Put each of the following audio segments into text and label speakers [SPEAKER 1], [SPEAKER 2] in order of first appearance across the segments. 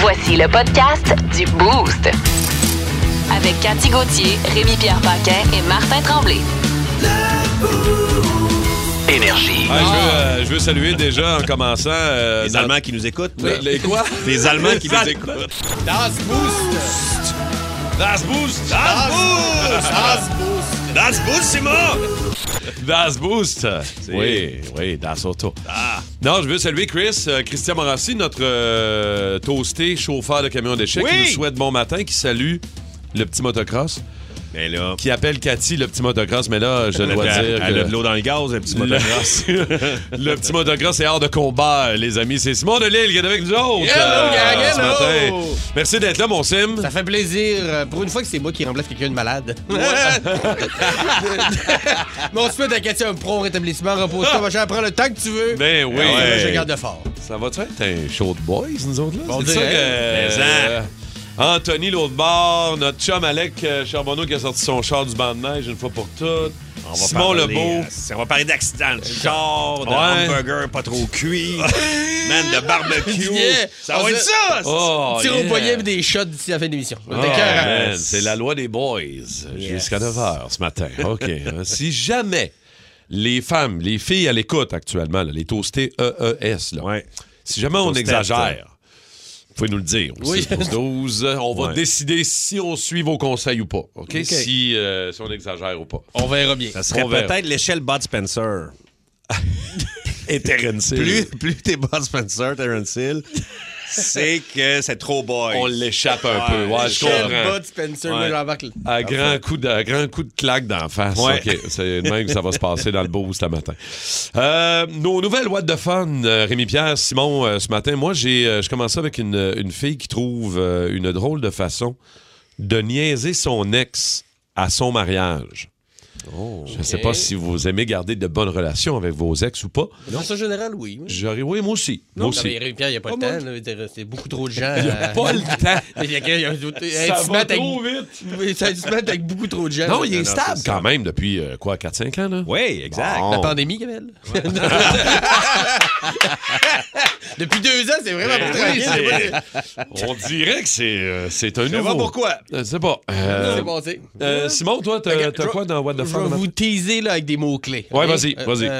[SPEAKER 1] Voici le podcast du Boost. Avec Cathy Gauthier, Rémi-Pierre Paquin et Martin Tremblay.
[SPEAKER 2] Énergie.
[SPEAKER 3] Ah, je, veux, euh, je veux saluer déjà en commençant. euh,
[SPEAKER 4] Les
[SPEAKER 3] dans-
[SPEAKER 4] Allemands qui nous écoutent.
[SPEAKER 5] Ah.
[SPEAKER 4] là.
[SPEAKER 3] Les, les quoi?
[SPEAKER 4] Les Allemands qui nous
[SPEAKER 3] Exact.
[SPEAKER 4] écoutent.
[SPEAKER 5] Das Boost!
[SPEAKER 3] Das Boost!
[SPEAKER 4] Das Boost!
[SPEAKER 5] Das Boost!
[SPEAKER 4] Das Boost, c'est mort!
[SPEAKER 3] Das Boost! Oui, oui, Das Auto. Non, je veux saluer Chris, euh, Christian Morassi, notre euh, toasté chauffeur de camion d'échecs,
[SPEAKER 4] Oui.
[SPEAKER 3] qui nous souhaite bon matin, qui salue le petit motocross,
[SPEAKER 4] Mais Ben là,
[SPEAKER 3] qui appelle Cathy le petit motocross, mais là, je
[SPEAKER 4] elle,
[SPEAKER 3] dois
[SPEAKER 4] a-
[SPEAKER 3] dire
[SPEAKER 4] elle a
[SPEAKER 3] que...
[SPEAKER 4] de l'eau dans le gaz, un petit
[SPEAKER 3] Le,
[SPEAKER 4] motocross.
[SPEAKER 3] le petit motocross est hors de combat, les amis. C'est Simon Delille qui est avec nous autres euh,
[SPEAKER 5] Hello, gang,
[SPEAKER 3] ce
[SPEAKER 5] hello.
[SPEAKER 3] matin. Merci d'être là, mon Sim.
[SPEAKER 5] Ça fait plaisir. Euh, Pour une fois que c'est moi qui remplace quelqu'un de malade. Mon souhait d'Acadie, un pro rétablissement, repose-toi, ma chère, prends le temps que tu veux.
[SPEAKER 3] Ah. Ben oui.
[SPEAKER 5] Et
[SPEAKER 3] Ouais.
[SPEAKER 5] Ah Je garde fort. hein?
[SPEAKER 3] Ça va-tu être un show de boys, nous autres, là?
[SPEAKER 5] On
[SPEAKER 3] C'est ça
[SPEAKER 5] dirait.
[SPEAKER 3] que-
[SPEAKER 4] Mais ça.
[SPEAKER 3] euh, Anthony, l'autre bord, notre chum Alec euh, Charbonneau qui a sorti son char du banc de neige une fois pour toutes.
[SPEAKER 4] On va
[SPEAKER 3] Simon
[SPEAKER 4] parler,
[SPEAKER 3] Lebeau. Euh,
[SPEAKER 4] euh, c'est- on va parler d'accident de char, de
[SPEAKER 3] Ouais.
[SPEAKER 4] hamburger pas trop cuit, man, de barbecue.
[SPEAKER 5] Yeah.
[SPEAKER 4] Ça
[SPEAKER 5] On
[SPEAKER 4] va
[SPEAKER 5] se-
[SPEAKER 4] être ça!
[SPEAKER 3] Oh,
[SPEAKER 5] Tire au
[SPEAKER 3] yeah.
[SPEAKER 5] poignet pis des shots d'ici la fin de l'émission.
[SPEAKER 3] Oh,
[SPEAKER 5] T'es carré.
[SPEAKER 3] man, c'est la loi des boys. Jusqu'à 9h ce matin. OK. hein. si jamais les femmes, les filles à l'écoute actuellement, là, les toastés EES, là,
[SPEAKER 4] Ouais.
[SPEAKER 3] si jamais on
[SPEAKER 4] Toastés,
[SPEAKER 3] exagère, vous pouvez nous le dire. au
[SPEAKER 5] Oui.
[SPEAKER 3] 6, 12, on va
[SPEAKER 4] Ouais.
[SPEAKER 3] décider si on suit vos conseils ou pas. OK? Si, euh, si on exagère ou pas.
[SPEAKER 5] On verra bien.
[SPEAKER 4] Ça serait
[SPEAKER 3] On verra.
[SPEAKER 4] peut-être l'échelle Bud Spencer. Et Terrence Hill. Plus, plus t'es Bud Spencer, Terrence Hill, c'est que c'est trop boy.
[SPEAKER 3] On l'échappe un peu. Ouais, je
[SPEAKER 5] Michel
[SPEAKER 3] comprends.
[SPEAKER 5] Bud Spencer,
[SPEAKER 4] Ouais.
[SPEAKER 5] moi, j'embarque.
[SPEAKER 3] À grand, coup de, à grand coup de claque d'en face.
[SPEAKER 4] Ouais.
[SPEAKER 3] OK, C'est de même que ça va se passer dans le beau ce matin. Euh, nos nouvelles What de Fun, euh, Rémi-Pierre, Simon, euh, ce matin. Moi, j'ai euh, je commençais avec une, une fille qui trouve euh, une drôle de façon de niaiser son ex à son mariage. je ne sais
[SPEAKER 5] OK.
[SPEAKER 3] pas si vous aimez garder de bonnes relations avec vos ex ou pas.
[SPEAKER 5] De façon générale, oui.
[SPEAKER 3] J'aurais, oui, moi aussi.
[SPEAKER 5] Non,
[SPEAKER 3] moi
[SPEAKER 5] mais
[SPEAKER 3] aussi.
[SPEAKER 5] Rémi-Pierre, il n'y a pas le
[SPEAKER 3] Pas moi.
[SPEAKER 5] temps. là. Je veux dire, C'est beaucoup trop de gens.
[SPEAKER 3] Il y a pas le temps.
[SPEAKER 5] Il y a- il y a- hey,
[SPEAKER 3] Ça
[SPEAKER 5] tu te
[SPEAKER 3] va
[SPEAKER 5] mets avec-
[SPEAKER 3] trop vite.
[SPEAKER 5] Oui, Ça se met avec beaucoup trop de gens.
[SPEAKER 3] Non,
[SPEAKER 5] là.
[SPEAKER 3] il est
[SPEAKER 4] non, c'est
[SPEAKER 3] stable
[SPEAKER 4] ça.
[SPEAKER 3] quand même depuis euh, quoi, 4-5 ans, là?
[SPEAKER 4] Oui, exact.
[SPEAKER 3] Bon.
[SPEAKER 5] La pandémie, Kamel. Depuis deux ans, c'est vraiment
[SPEAKER 3] Ben
[SPEAKER 5] pas
[SPEAKER 3] oui,
[SPEAKER 5] tranquille.
[SPEAKER 3] c'est-
[SPEAKER 5] c'est pas-
[SPEAKER 3] On dirait que c'est, euh, c'est un
[SPEAKER 4] Je sais
[SPEAKER 3] nouveau.
[SPEAKER 4] pas pourquoi.
[SPEAKER 3] Je sais pas.
[SPEAKER 5] C'est
[SPEAKER 3] Euh,
[SPEAKER 5] passé.
[SPEAKER 3] euh, Simon, toi, t'as,
[SPEAKER 5] Ok,
[SPEAKER 3] t'as
[SPEAKER 5] je-
[SPEAKER 3] quoi dans What the
[SPEAKER 5] Je
[SPEAKER 3] Fuck?
[SPEAKER 5] vais vous teaser là, avec des mots-clés.
[SPEAKER 3] Ouais,
[SPEAKER 5] ok?
[SPEAKER 3] vas-y,
[SPEAKER 5] Euh,
[SPEAKER 3] vas-y.
[SPEAKER 5] euh,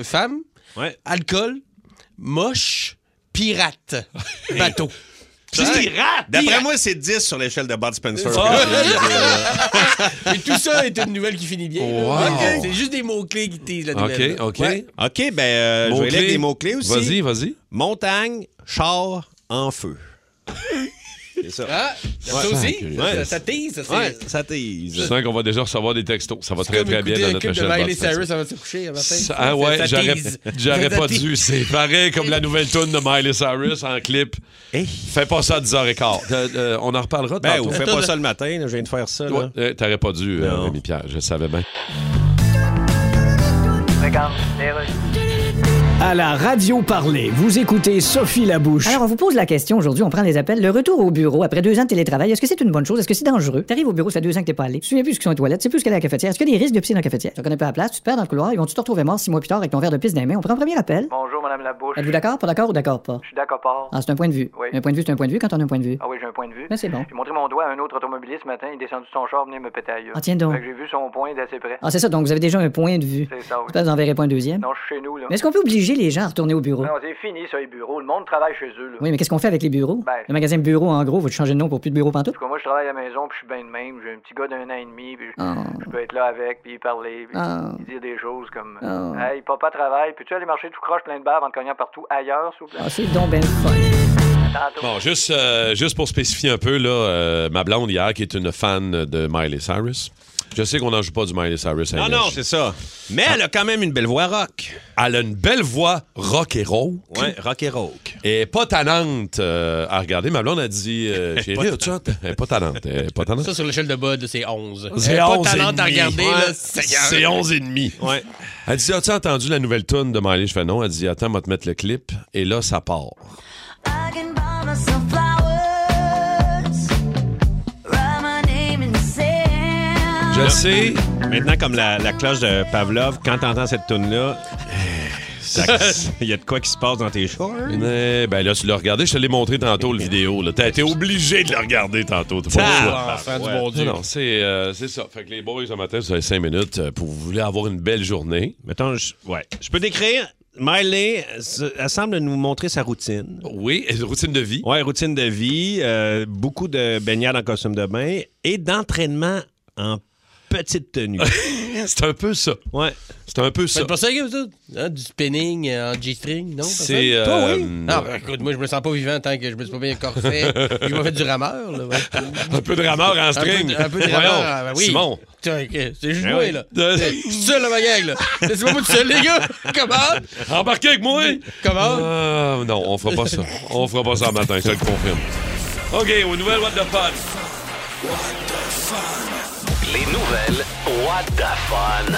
[SPEAKER 5] euh, femme,
[SPEAKER 4] Ouais.
[SPEAKER 5] alcool, moche, pirate, bateau.
[SPEAKER 4] Pirate! Hein?
[SPEAKER 5] hein?
[SPEAKER 4] D'après moi, c'est 10 sur l'échelle de Bud Spencer.
[SPEAKER 5] Et tout ça est une nouvelle qui finit bien. là.
[SPEAKER 3] Wow.
[SPEAKER 5] Donc, C'est juste des mots-clés qui teasent la nouvelle.
[SPEAKER 3] OK,
[SPEAKER 5] là.
[SPEAKER 3] OK.
[SPEAKER 5] Ouais.
[SPEAKER 4] OK, ben, euh, je vais
[SPEAKER 3] Mots-clés.
[SPEAKER 4] lire des mots-clés aussi.
[SPEAKER 3] Vas-y, vas-y.
[SPEAKER 4] Montagne, char, en feu. c'est ça.
[SPEAKER 5] Ah, ça aussi,
[SPEAKER 3] Ouais.
[SPEAKER 5] ça, ça tease. Ça, c'est-
[SPEAKER 4] Ouais, ça
[SPEAKER 3] Je
[SPEAKER 4] t'aise.
[SPEAKER 3] sens qu'on va déjà recevoir des textos. Ça va
[SPEAKER 5] c'est
[SPEAKER 3] très,
[SPEAKER 5] comme
[SPEAKER 3] très bien
[SPEAKER 5] écouter
[SPEAKER 3] dans
[SPEAKER 5] un
[SPEAKER 3] notre
[SPEAKER 5] clip
[SPEAKER 3] échelle.
[SPEAKER 5] de Miley
[SPEAKER 3] Bud Spencer.
[SPEAKER 5] Cyrus avant de se coucher. le matin.
[SPEAKER 3] Ça-
[SPEAKER 5] Ça-
[SPEAKER 3] Ah ouais,
[SPEAKER 5] ça
[SPEAKER 3] j'aurais,
[SPEAKER 5] tease.
[SPEAKER 3] j'aurais
[SPEAKER 5] Ça
[SPEAKER 3] pas
[SPEAKER 5] tease.
[SPEAKER 3] dû. C'est pareil comme la nouvelle tune de Miley Cyrus en clip.
[SPEAKER 4] Hey.
[SPEAKER 3] Fais pas ça à 10h15. Euh, euh, on en reparlera
[SPEAKER 4] Ben,
[SPEAKER 3] tantôt.
[SPEAKER 4] on fait pas ça le matin, là, je viens de faire ça. Là.
[SPEAKER 3] Ouais, euh, T'aurais pas dû, euh,
[SPEAKER 4] Non.
[SPEAKER 3] Rémi-Pierre. Je savais bien.
[SPEAKER 6] À la radio parler, vous écoutez Sophie Labouche.
[SPEAKER 7] Alors, on vous pose la question aujourd'hui, on prend les appels. Le retour au bureau après deux ans de télétravail, est-ce que c'est une bonne chose? Est-ce que c'est dangereux? T'arrives au bureau, ça fait deux ans que t'es pas allé. Tu te souviens plus ce qu'ils sont les toilettes, tu sais plus ce qu'elle est à la cafetière. Est-ce qu'il y a des risques de pisser dans la cafetière? Tu connais pas la place, tu te perds dans le couloir, ils vont-tu te retrouver mort six mois plus tard avec ton verre de pisse dans les mains? On prend un premier appel.
[SPEAKER 8] Bonjour, Madame Labouche.
[SPEAKER 7] Êtes-vous d'accord, pas d'accord ou d'accord pas?
[SPEAKER 8] Je suis d'accord, pas.
[SPEAKER 7] Ah, c'est un point de vue.
[SPEAKER 8] Oui.
[SPEAKER 7] Un point de vue, c'est un point de vue quand on a un point de vue.
[SPEAKER 8] Ah oui, j'ai un point de vue.
[SPEAKER 7] Ben, c'est bon.
[SPEAKER 8] J'ai montré mon doigt à un autre automobiliste ce matin. Il est descendu de son char, venait me péter ailleurs.
[SPEAKER 7] Ah, tiens donc.
[SPEAKER 8] Fait que j'ai vu son point d'assez près.
[SPEAKER 7] Ah, c'est ça, donc vous avez déjà un point de vue.
[SPEAKER 8] C'est ça, oui.
[SPEAKER 7] J'espère que vous en verrez pas un deuxième.
[SPEAKER 8] Non, je suis chez nous,
[SPEAKER 9] hein.
[SPEAKER 8] là.
[SPEAKER 7] Mais est-ce qu'on peut obliger les gens à retourner au
[SPEAKER 9] Ah
[SPEAKER 7] bureau?
[SPEAKER 8] Non, c'est fini, ça, les bureaux. Le monde travaille chez eux, là.
[SPEAKER 7] Oui, mais qu'est-ce qu'on fait avec les bureaux?
[SPEAKER 8] Ben-
[SPEAKER 7] Le magasin bureau, en gros, vous changer de nom pour plus de bureau pantoute?
[SPEAKER 8] En tout cas, moi, je travaille à la maison, puis je suis bien de même. J'ai un petit gars d'un an et demi, puis je,
[SPEAKER 7] Ah.
[SPEAKER 8] je peux être là avec, puis parler, puis
[SPEAKER 7] Ah.
[SPEAKER 8] dire des choses comme
[SPEAKER 7] Ah.
[SPEAKER 8] Hey, papa travaille, peux-tu aller marcher tout croche plein de barbe en te cognant partout ailleurs, s'il vous plaît?
[SPEAKER 7] Ah, c'est donc ben le fun.
[SPEAKER 8] Tantôt.
[SPEAKER 3] Bon, juste, euh, juste pour spécifier un peu, là, euh, ma blonde hier, qui est une fan de Miley Cyrus. Je sais qu'on n'en joue pas du Miley Cyrus. à
[SPEAKER 4] Non,
[SPEAKER 3] Énergie.
[SPEAKER 4] non, c'est ça. Mais elle a quand même une belle voix rock.
[SPEAKER 3] Elle a une belle voix rock et roll.
[SPEAKER 4] Ouais, rock et rock.
[SPEAKER 3] Elle est pas tannante euh, à regarder. Ma blonde a dit euh, Chérie, as-tu hâte? Elle est pas tannante. Elle est pas tannante.
[SPEAKER 5] Ça, sur l'échelle de Bud, là, c'est 11.
[SPEAKER 3] C'est
[SPEAKER 5] pas
[SPEAKER 3] 11 et
[SPEAKER 5] talent à
[SPEAKER 3] demi.
[SPEAKER 5] regarder,
[SPEAKER 3] Ouais.
[SPEAKER 5] là, Seigneur.
[SPEAKER 3] Euh, C'est 11 et demi.
[SPEAKER 4] Ouais.
[SPEAKER 3] Elle dit As-tu entendu la nouvelle tune de Miley Je fais non. Elle dit Attends, on va te mettre le clip. Et là, ça part.
[SPEAKER 10] I can buy myself flowers, write my name in the sand.
[SPEAKER 3] Je sais,
[SPEAKER 4] Maintenant, comme la, la cloche de Pavlov, quand t'entends cette tune là euh, Il y a de quoi qui se passe dans tes shorts.
[SPEAKER 3] Mais, ben là, tu l'as regardé, je te l'ai montré tantôt, le vidéo. là. T'as été obligé de le regarder tantôt.
[SPEAKER 4] Ah!
[SPEAKER 3] t'as pas le choix.
[SPEAKER 5] Enfant du bon
[SPEAKER 3] Non,
[SPEAKER 5] Dieu.
[SPEAKER 3] non, c'est euh, c'est ça. Fait que les boys, ce matin, vous avez 5 minutes euh, pour vous voulez avoir une belle journée.
[SPEAKER 4] Mettons, je, ouais. je peux décrire. Miley, euh, se- elle semble nous montrer sa routine.
[SPEAKER 3] Oui, une routine de vie.
[SPEAKER 4] Ouais, routine de vie, euh, beaucoup de baignade en costume de bain et d'entraînement en petite tenue.
[SPEAKER 3] C'est un peu ça.
[SPEAKER 4] Ouais.
[SPEAKER 3] C'est un peu ça.
[SPEAKER 5] C'est pas ça que vous dites? Hein, du spinning euh, en G-string, non? personne?
[SPEAKER 3] C'est. euh,
[SPEAKER 5] Toi, oui.
[SPEAKER 3] euh,
[SPEAKER 5] Non, ben, écoute, moi, je me sens pas vivant tant que je me suis pas bien corset. je m'ai fait du rameur, là. ouais.
[SPEAKER 3] Un peu de rameur en
[SPEAKER 5] Un peu,
[SPEAKER 3] string.
[SPEAKER 5] de- un peu de
[SPEAKER 3] Voyons,
[SPEAKER 5] rameur, ah, ben oui.
[SPEAKER 3] Simon.
[SPEAKER 5] Tiens, ok, C'est juste
[SPEAKER 4] Ben
[SPEAKER 5] moi,
[SPEAKER 4] oui.
[SPEAKER 5] là.
[SPEAKER 3] Euh,
[SPEAKER 5] Je suis seul, là, ma gang, là. Laissez-moi pas tout seul, les gars. Comment?
[SPEAKER 3] Embarquez avec moi!
[SPEAKER 5] Comment?
[SPEAKER 3] Euh, non, on fera pas ça. On fera pas ça le matin, je te le confirme. OK, aux nouvelles What the Fun.
[SPEAKER 2] Les nouvelles, what the fun.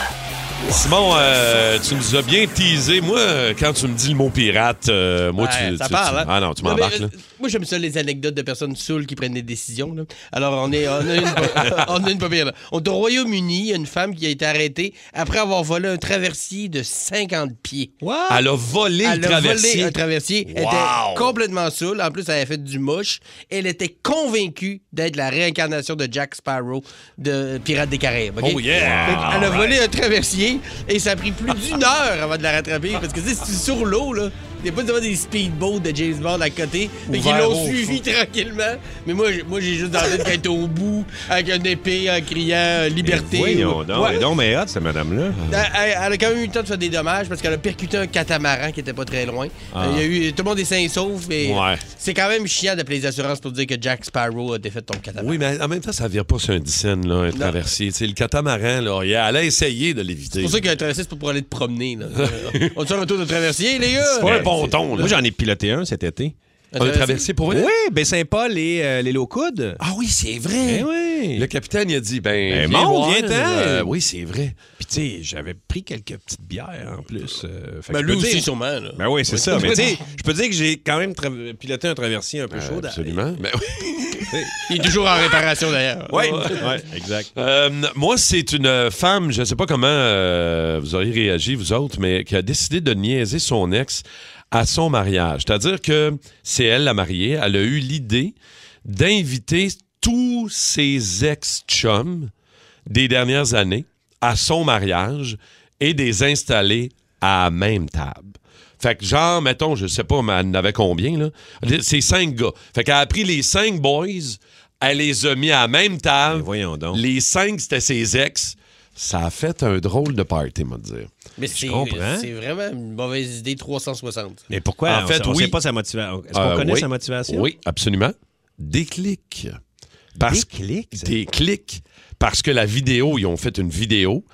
[SPEAKER 3] Simon, euh, tu nous as bien teasé. Moi, euh, quand tu me dis le mot pirate, euh, moi,
[SPEAKER 5] Ouais,
[SPEAKER 3] tu,
[SPEAKER 5] ça
[SPEAKER 3] tu-
[SPEAKER 5] parle,
[SPEAKER 3] tu-
[SPEAKER 5] hein?
[SPEAKER 3] Ah non, tu
[SPEAKER 5] Non,
[SPEAKER 3] m'embarques,
[SPEAKER 5] mais,
[SPEAKER 3] là.
[SPEAKER 5] euh, Moi, j'aime ça, les anecdotes de personnes saoules qui prennent des décisions. là. Alors, on est, on a une, on a une pas pire, là. On est au Royaume-Uni, il y a une femme qui a été arrêtée après avoir volé un traversier de 50 pieds.
[SPEAKER 3] Elle a volé
[SPEAKER 5] Elle
[SPEAKER 3] le
[SPEAKER 5] a
[SPEAKER 3] traversier.
[SPEAKER 5] volé un traversier. Elle
[SPEAKER 3] Wow!
[SPEAKER 5] était complètement saoule. En plus, elle avait fait du moche. Elle était convaincue d'être la réincarnation de Jack Sparrow de Pirates des Caraïbes. ok?
[SPEAKER 3] Oh, yeah!
[SPEAKER 5] Fait qu'elle a volé un traversier et ça a pris plus d'une heure avant de la rattraper. Parce que tu sais, si tu es sur l'eau, là, il n'y a pas devant des speedboats de James Bond à côté. Fait qu'ils l'ont suivi tranquillement. Mais moi, j'ai- moi j'ai juste dans la tête qu'elle était au bout avec une épée en criant euh, liberté.
[SPEAKER 4] Voyons
[SPEAKER 5] ou-
[SPEAKER 4] donc.
[SPEAKER 5] Ouais. Euh,
[SPEAKER 4] Elle est donc, mais hot, cette madame-là.
[SPEAKER 5] Elle, elle- elle a quand même eu le temps de faire des dommages parce qu'elle a percuté un catamaran qui était pas très loin. Euh, Il y a eu tout le monde est sain et sauf, mais
[SPEAKER 3] Ah. Ouais.
[SPEAKER 5] c'est quand même chiant d'appeler les assurances pour dire que Jack Sparrow a défait ton catamaran.
[SPEAKER 3] Oui, mais en même temps, ça vire pas sur un dixaine, là, un traversier. Tu sais, le catamaran, là, il a- elle a essayé de l'éviter.
[SPEAKER 5] C'est pour ça qu'il y a un traversier, c'est pas pour aller te promener. Là. Euh, On te fait un tour de traversier, les gars?
[SPEAKER 3] C'est pas un ponton, là.
[SPEAKER 4] Moi, j'en ai piloté un cet été.
[SPEAKER 3] Un traversier pour vrai?
[SPEAKER 4] Oui, ben Saint-Paul et euh, les Low-Coudes.
[SPEAKER 3] Ah oui, c'est
[SPEAKER 4] Eh
[SPEAKER 3] vrai.
[SPEAKER 4] oui.
[SPEAKER 3] Le capitaine, il a dit, ben,
[SPEAKER 4] Ben,
[SPEAKER 3] viens
[SPEAKER 4] monte,
[SPEAKER 3] voir,
[SPEAKER 4] viens-t'en.
[SPEAKER 3] euh, oui, c'est vrai.
[SPEAKER 4] Puis, tu sais, j'avais pris quelques petites bières en plus. euh, fait que
[SPEAKER 5] Ben,
[SPEAKER 4] je
[SPEAKER 5] lui
[SPEAKER 4] peux
[SPEAKER 5] aussi,
[SPEAKER 4] dire-
[SPEAKER 5] sûrement. Là.
[SPEAKER 4] Ben oui, c'est ça. Mais tu sais, je peux dire que j'ai quand même tra- piloté un traversier un peu chaud.
[SPEAKER 3] Absolument. Ben oui.
[SPEAKER 5] Il est toujours en réparation, d'ailleurs.
[SPEAKER 4] Oui, ouais, exact.
[SPEAKER 3] Euh, moi, c'est une euh, femme, je ne sais pas comment euh, vous auriez réagi, vous autres, mais qui a décidé de niaiser son ex à son mariage. C'est-à-dire que c'est elle, la mariée, elle a eu l'idée d'inviter tous ses ex-chums des dernières années à son mariage et des installer à la même table. Fait que genre, mettons, je sais pas, mais elle en avait combien, là? C'est cinq gars. Fait qu'elle a pris les cinq boys, elle les a mis à la même table.
[SPEAKER 4] Mais voyons donc.
[SPEAKER 3] Les cinq, c'était ses ex. Ça a fait un drôle de party, moi, de dire.
[SPEAKER 5] Mais c'est
[SPEAKER 3] comprends.
[SPEAKER 5] c'est vraiment une mauvaise idée 360.
[SPEAKER 4] Mais pourquoi?
[SPEAKER 3] En
[SPEAKER 4] En
[SPEAKER 3] fait,
[SPEAKER 4] fait, on
[SPEAKER 3] oui.
[SPEAKER 4] sait pas sa motivation. Est-ce qu'on
[SPEAKER 3] Euh,
[SPEAKER 4] connaît
[SPEAKER 3] oui.
[SPEAKER 4] sa motivation?
[SPEAKER 3] Oui, absolument. Déclic. Parce
[SPEAKER 4] Déclic, ça?
[SPEAKER 3] Déclic. Parce que la vidéo, ils ont fait une vidéo.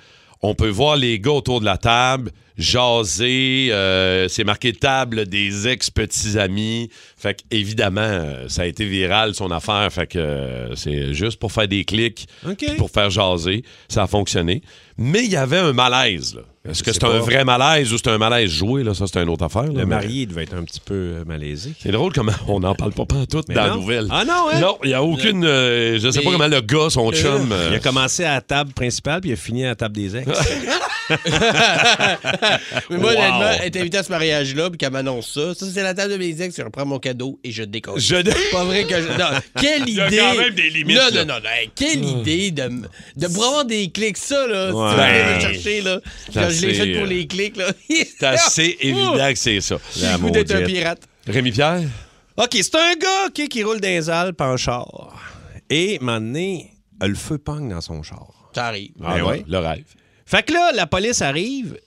[SPEAKER 3] On peut voir les gars autour de la table jaser. euh, c'est marqué table des ex-petits amis. Fait que, évidemment, euh, ça a été viral, son affaire. Fait que euh, c'est juste pour faire des clics,
[SPEAKER 4] OK.
[SPEAKER 3] puis pour faire jaser. Ça a fonctionné. Mais il y avait un malaise. là. Est-ce que
[SPEAKER 4] sais
[SPEAKER 3] c'est un
[SPEAKER 4] pas.
[SPEAKER 3] vrai malaise ou c'est un malaise joué? Là? Ça, c'est une autre affaire. là, mais-
[SPEAKER 4] Le marié devait être un petit peu euh, malaisé.
[SPEAKER 3] c'est drôle comment on n'en parle pas pantoute
[SPEAKER 4] Mais
[SPEAKER 3] dans la
[SPEAKER 4] non.
[SPEAKER 3] nouvelle.
[SPEAKER 4] Ah non, hein?
[SPEAKER 3] Non, il n'y a aucune. euh, je sais pas
[SPEAKER 5] Mais-
[SPEAKER 3] comment le gars, son chum. euh,
[SPEAKER 4] Il a commencé à la table principale, puis il a fini à la table des ex.
[SPEAKER 5] Mais moi,
[SPEAKER 4] Wow.
[SPEAKER 5] honnêtement, être invité à ce mariage-là, puis qu'elle m'annonce ça, ça, c'est la table de mes ex, je reprends mon cadeau et je décolle.
[SPEAKER 3] Je dé-
[SPEAKER 5] C'est pas vrai que je. Non, quelle idée.
[SPEAKER 3] y a quand même des limites,
[SPEAKER 5] Non,
[SPEAKER 3] là.
[SPEAKER 5] non, non, non, hey, Quelle idée de, m- de pour avoir des clics, ça, là.
[SPEAKER 4] Hmm.
[SPEAKER 5] Si
[SPEAKER 4] Ouais.
[SPEAKER 5] tu vas aller me chercher, là.
[SPEAKER 3] C'est
[SPEAKER 5] Quand je l'ai
[SPEAKER 3] assez,
[SPEAKER 5] fait pour
[SPEAKER 3] euh,
[SPEAKER 5] les clics, là.
[SPEAKER 3] C'est assez
[SPEAKER 4] Ah!
[SPEAKER 3] évident que c'est ça.
[SPEAKER 5] J'ai le goût d'être un pirate.
[SPEAKER 3] Rémi Pierre?
[SPEAKER 4] OK, c'est un gars ok, qui roule dans les Alpes en char. Et, à un moment donné, a le feu pogne dans son char.
[SPEAKER 5] Ça arrive.
[SPEAKER 3] Ah
[SPEAKER 4] Ben
[SPEAKER 3] ouais,
[SPEAKER 4] oui.
[SPEAKER 3] le rêve.
[SPEAKER 4] Fait que là, la police arrive.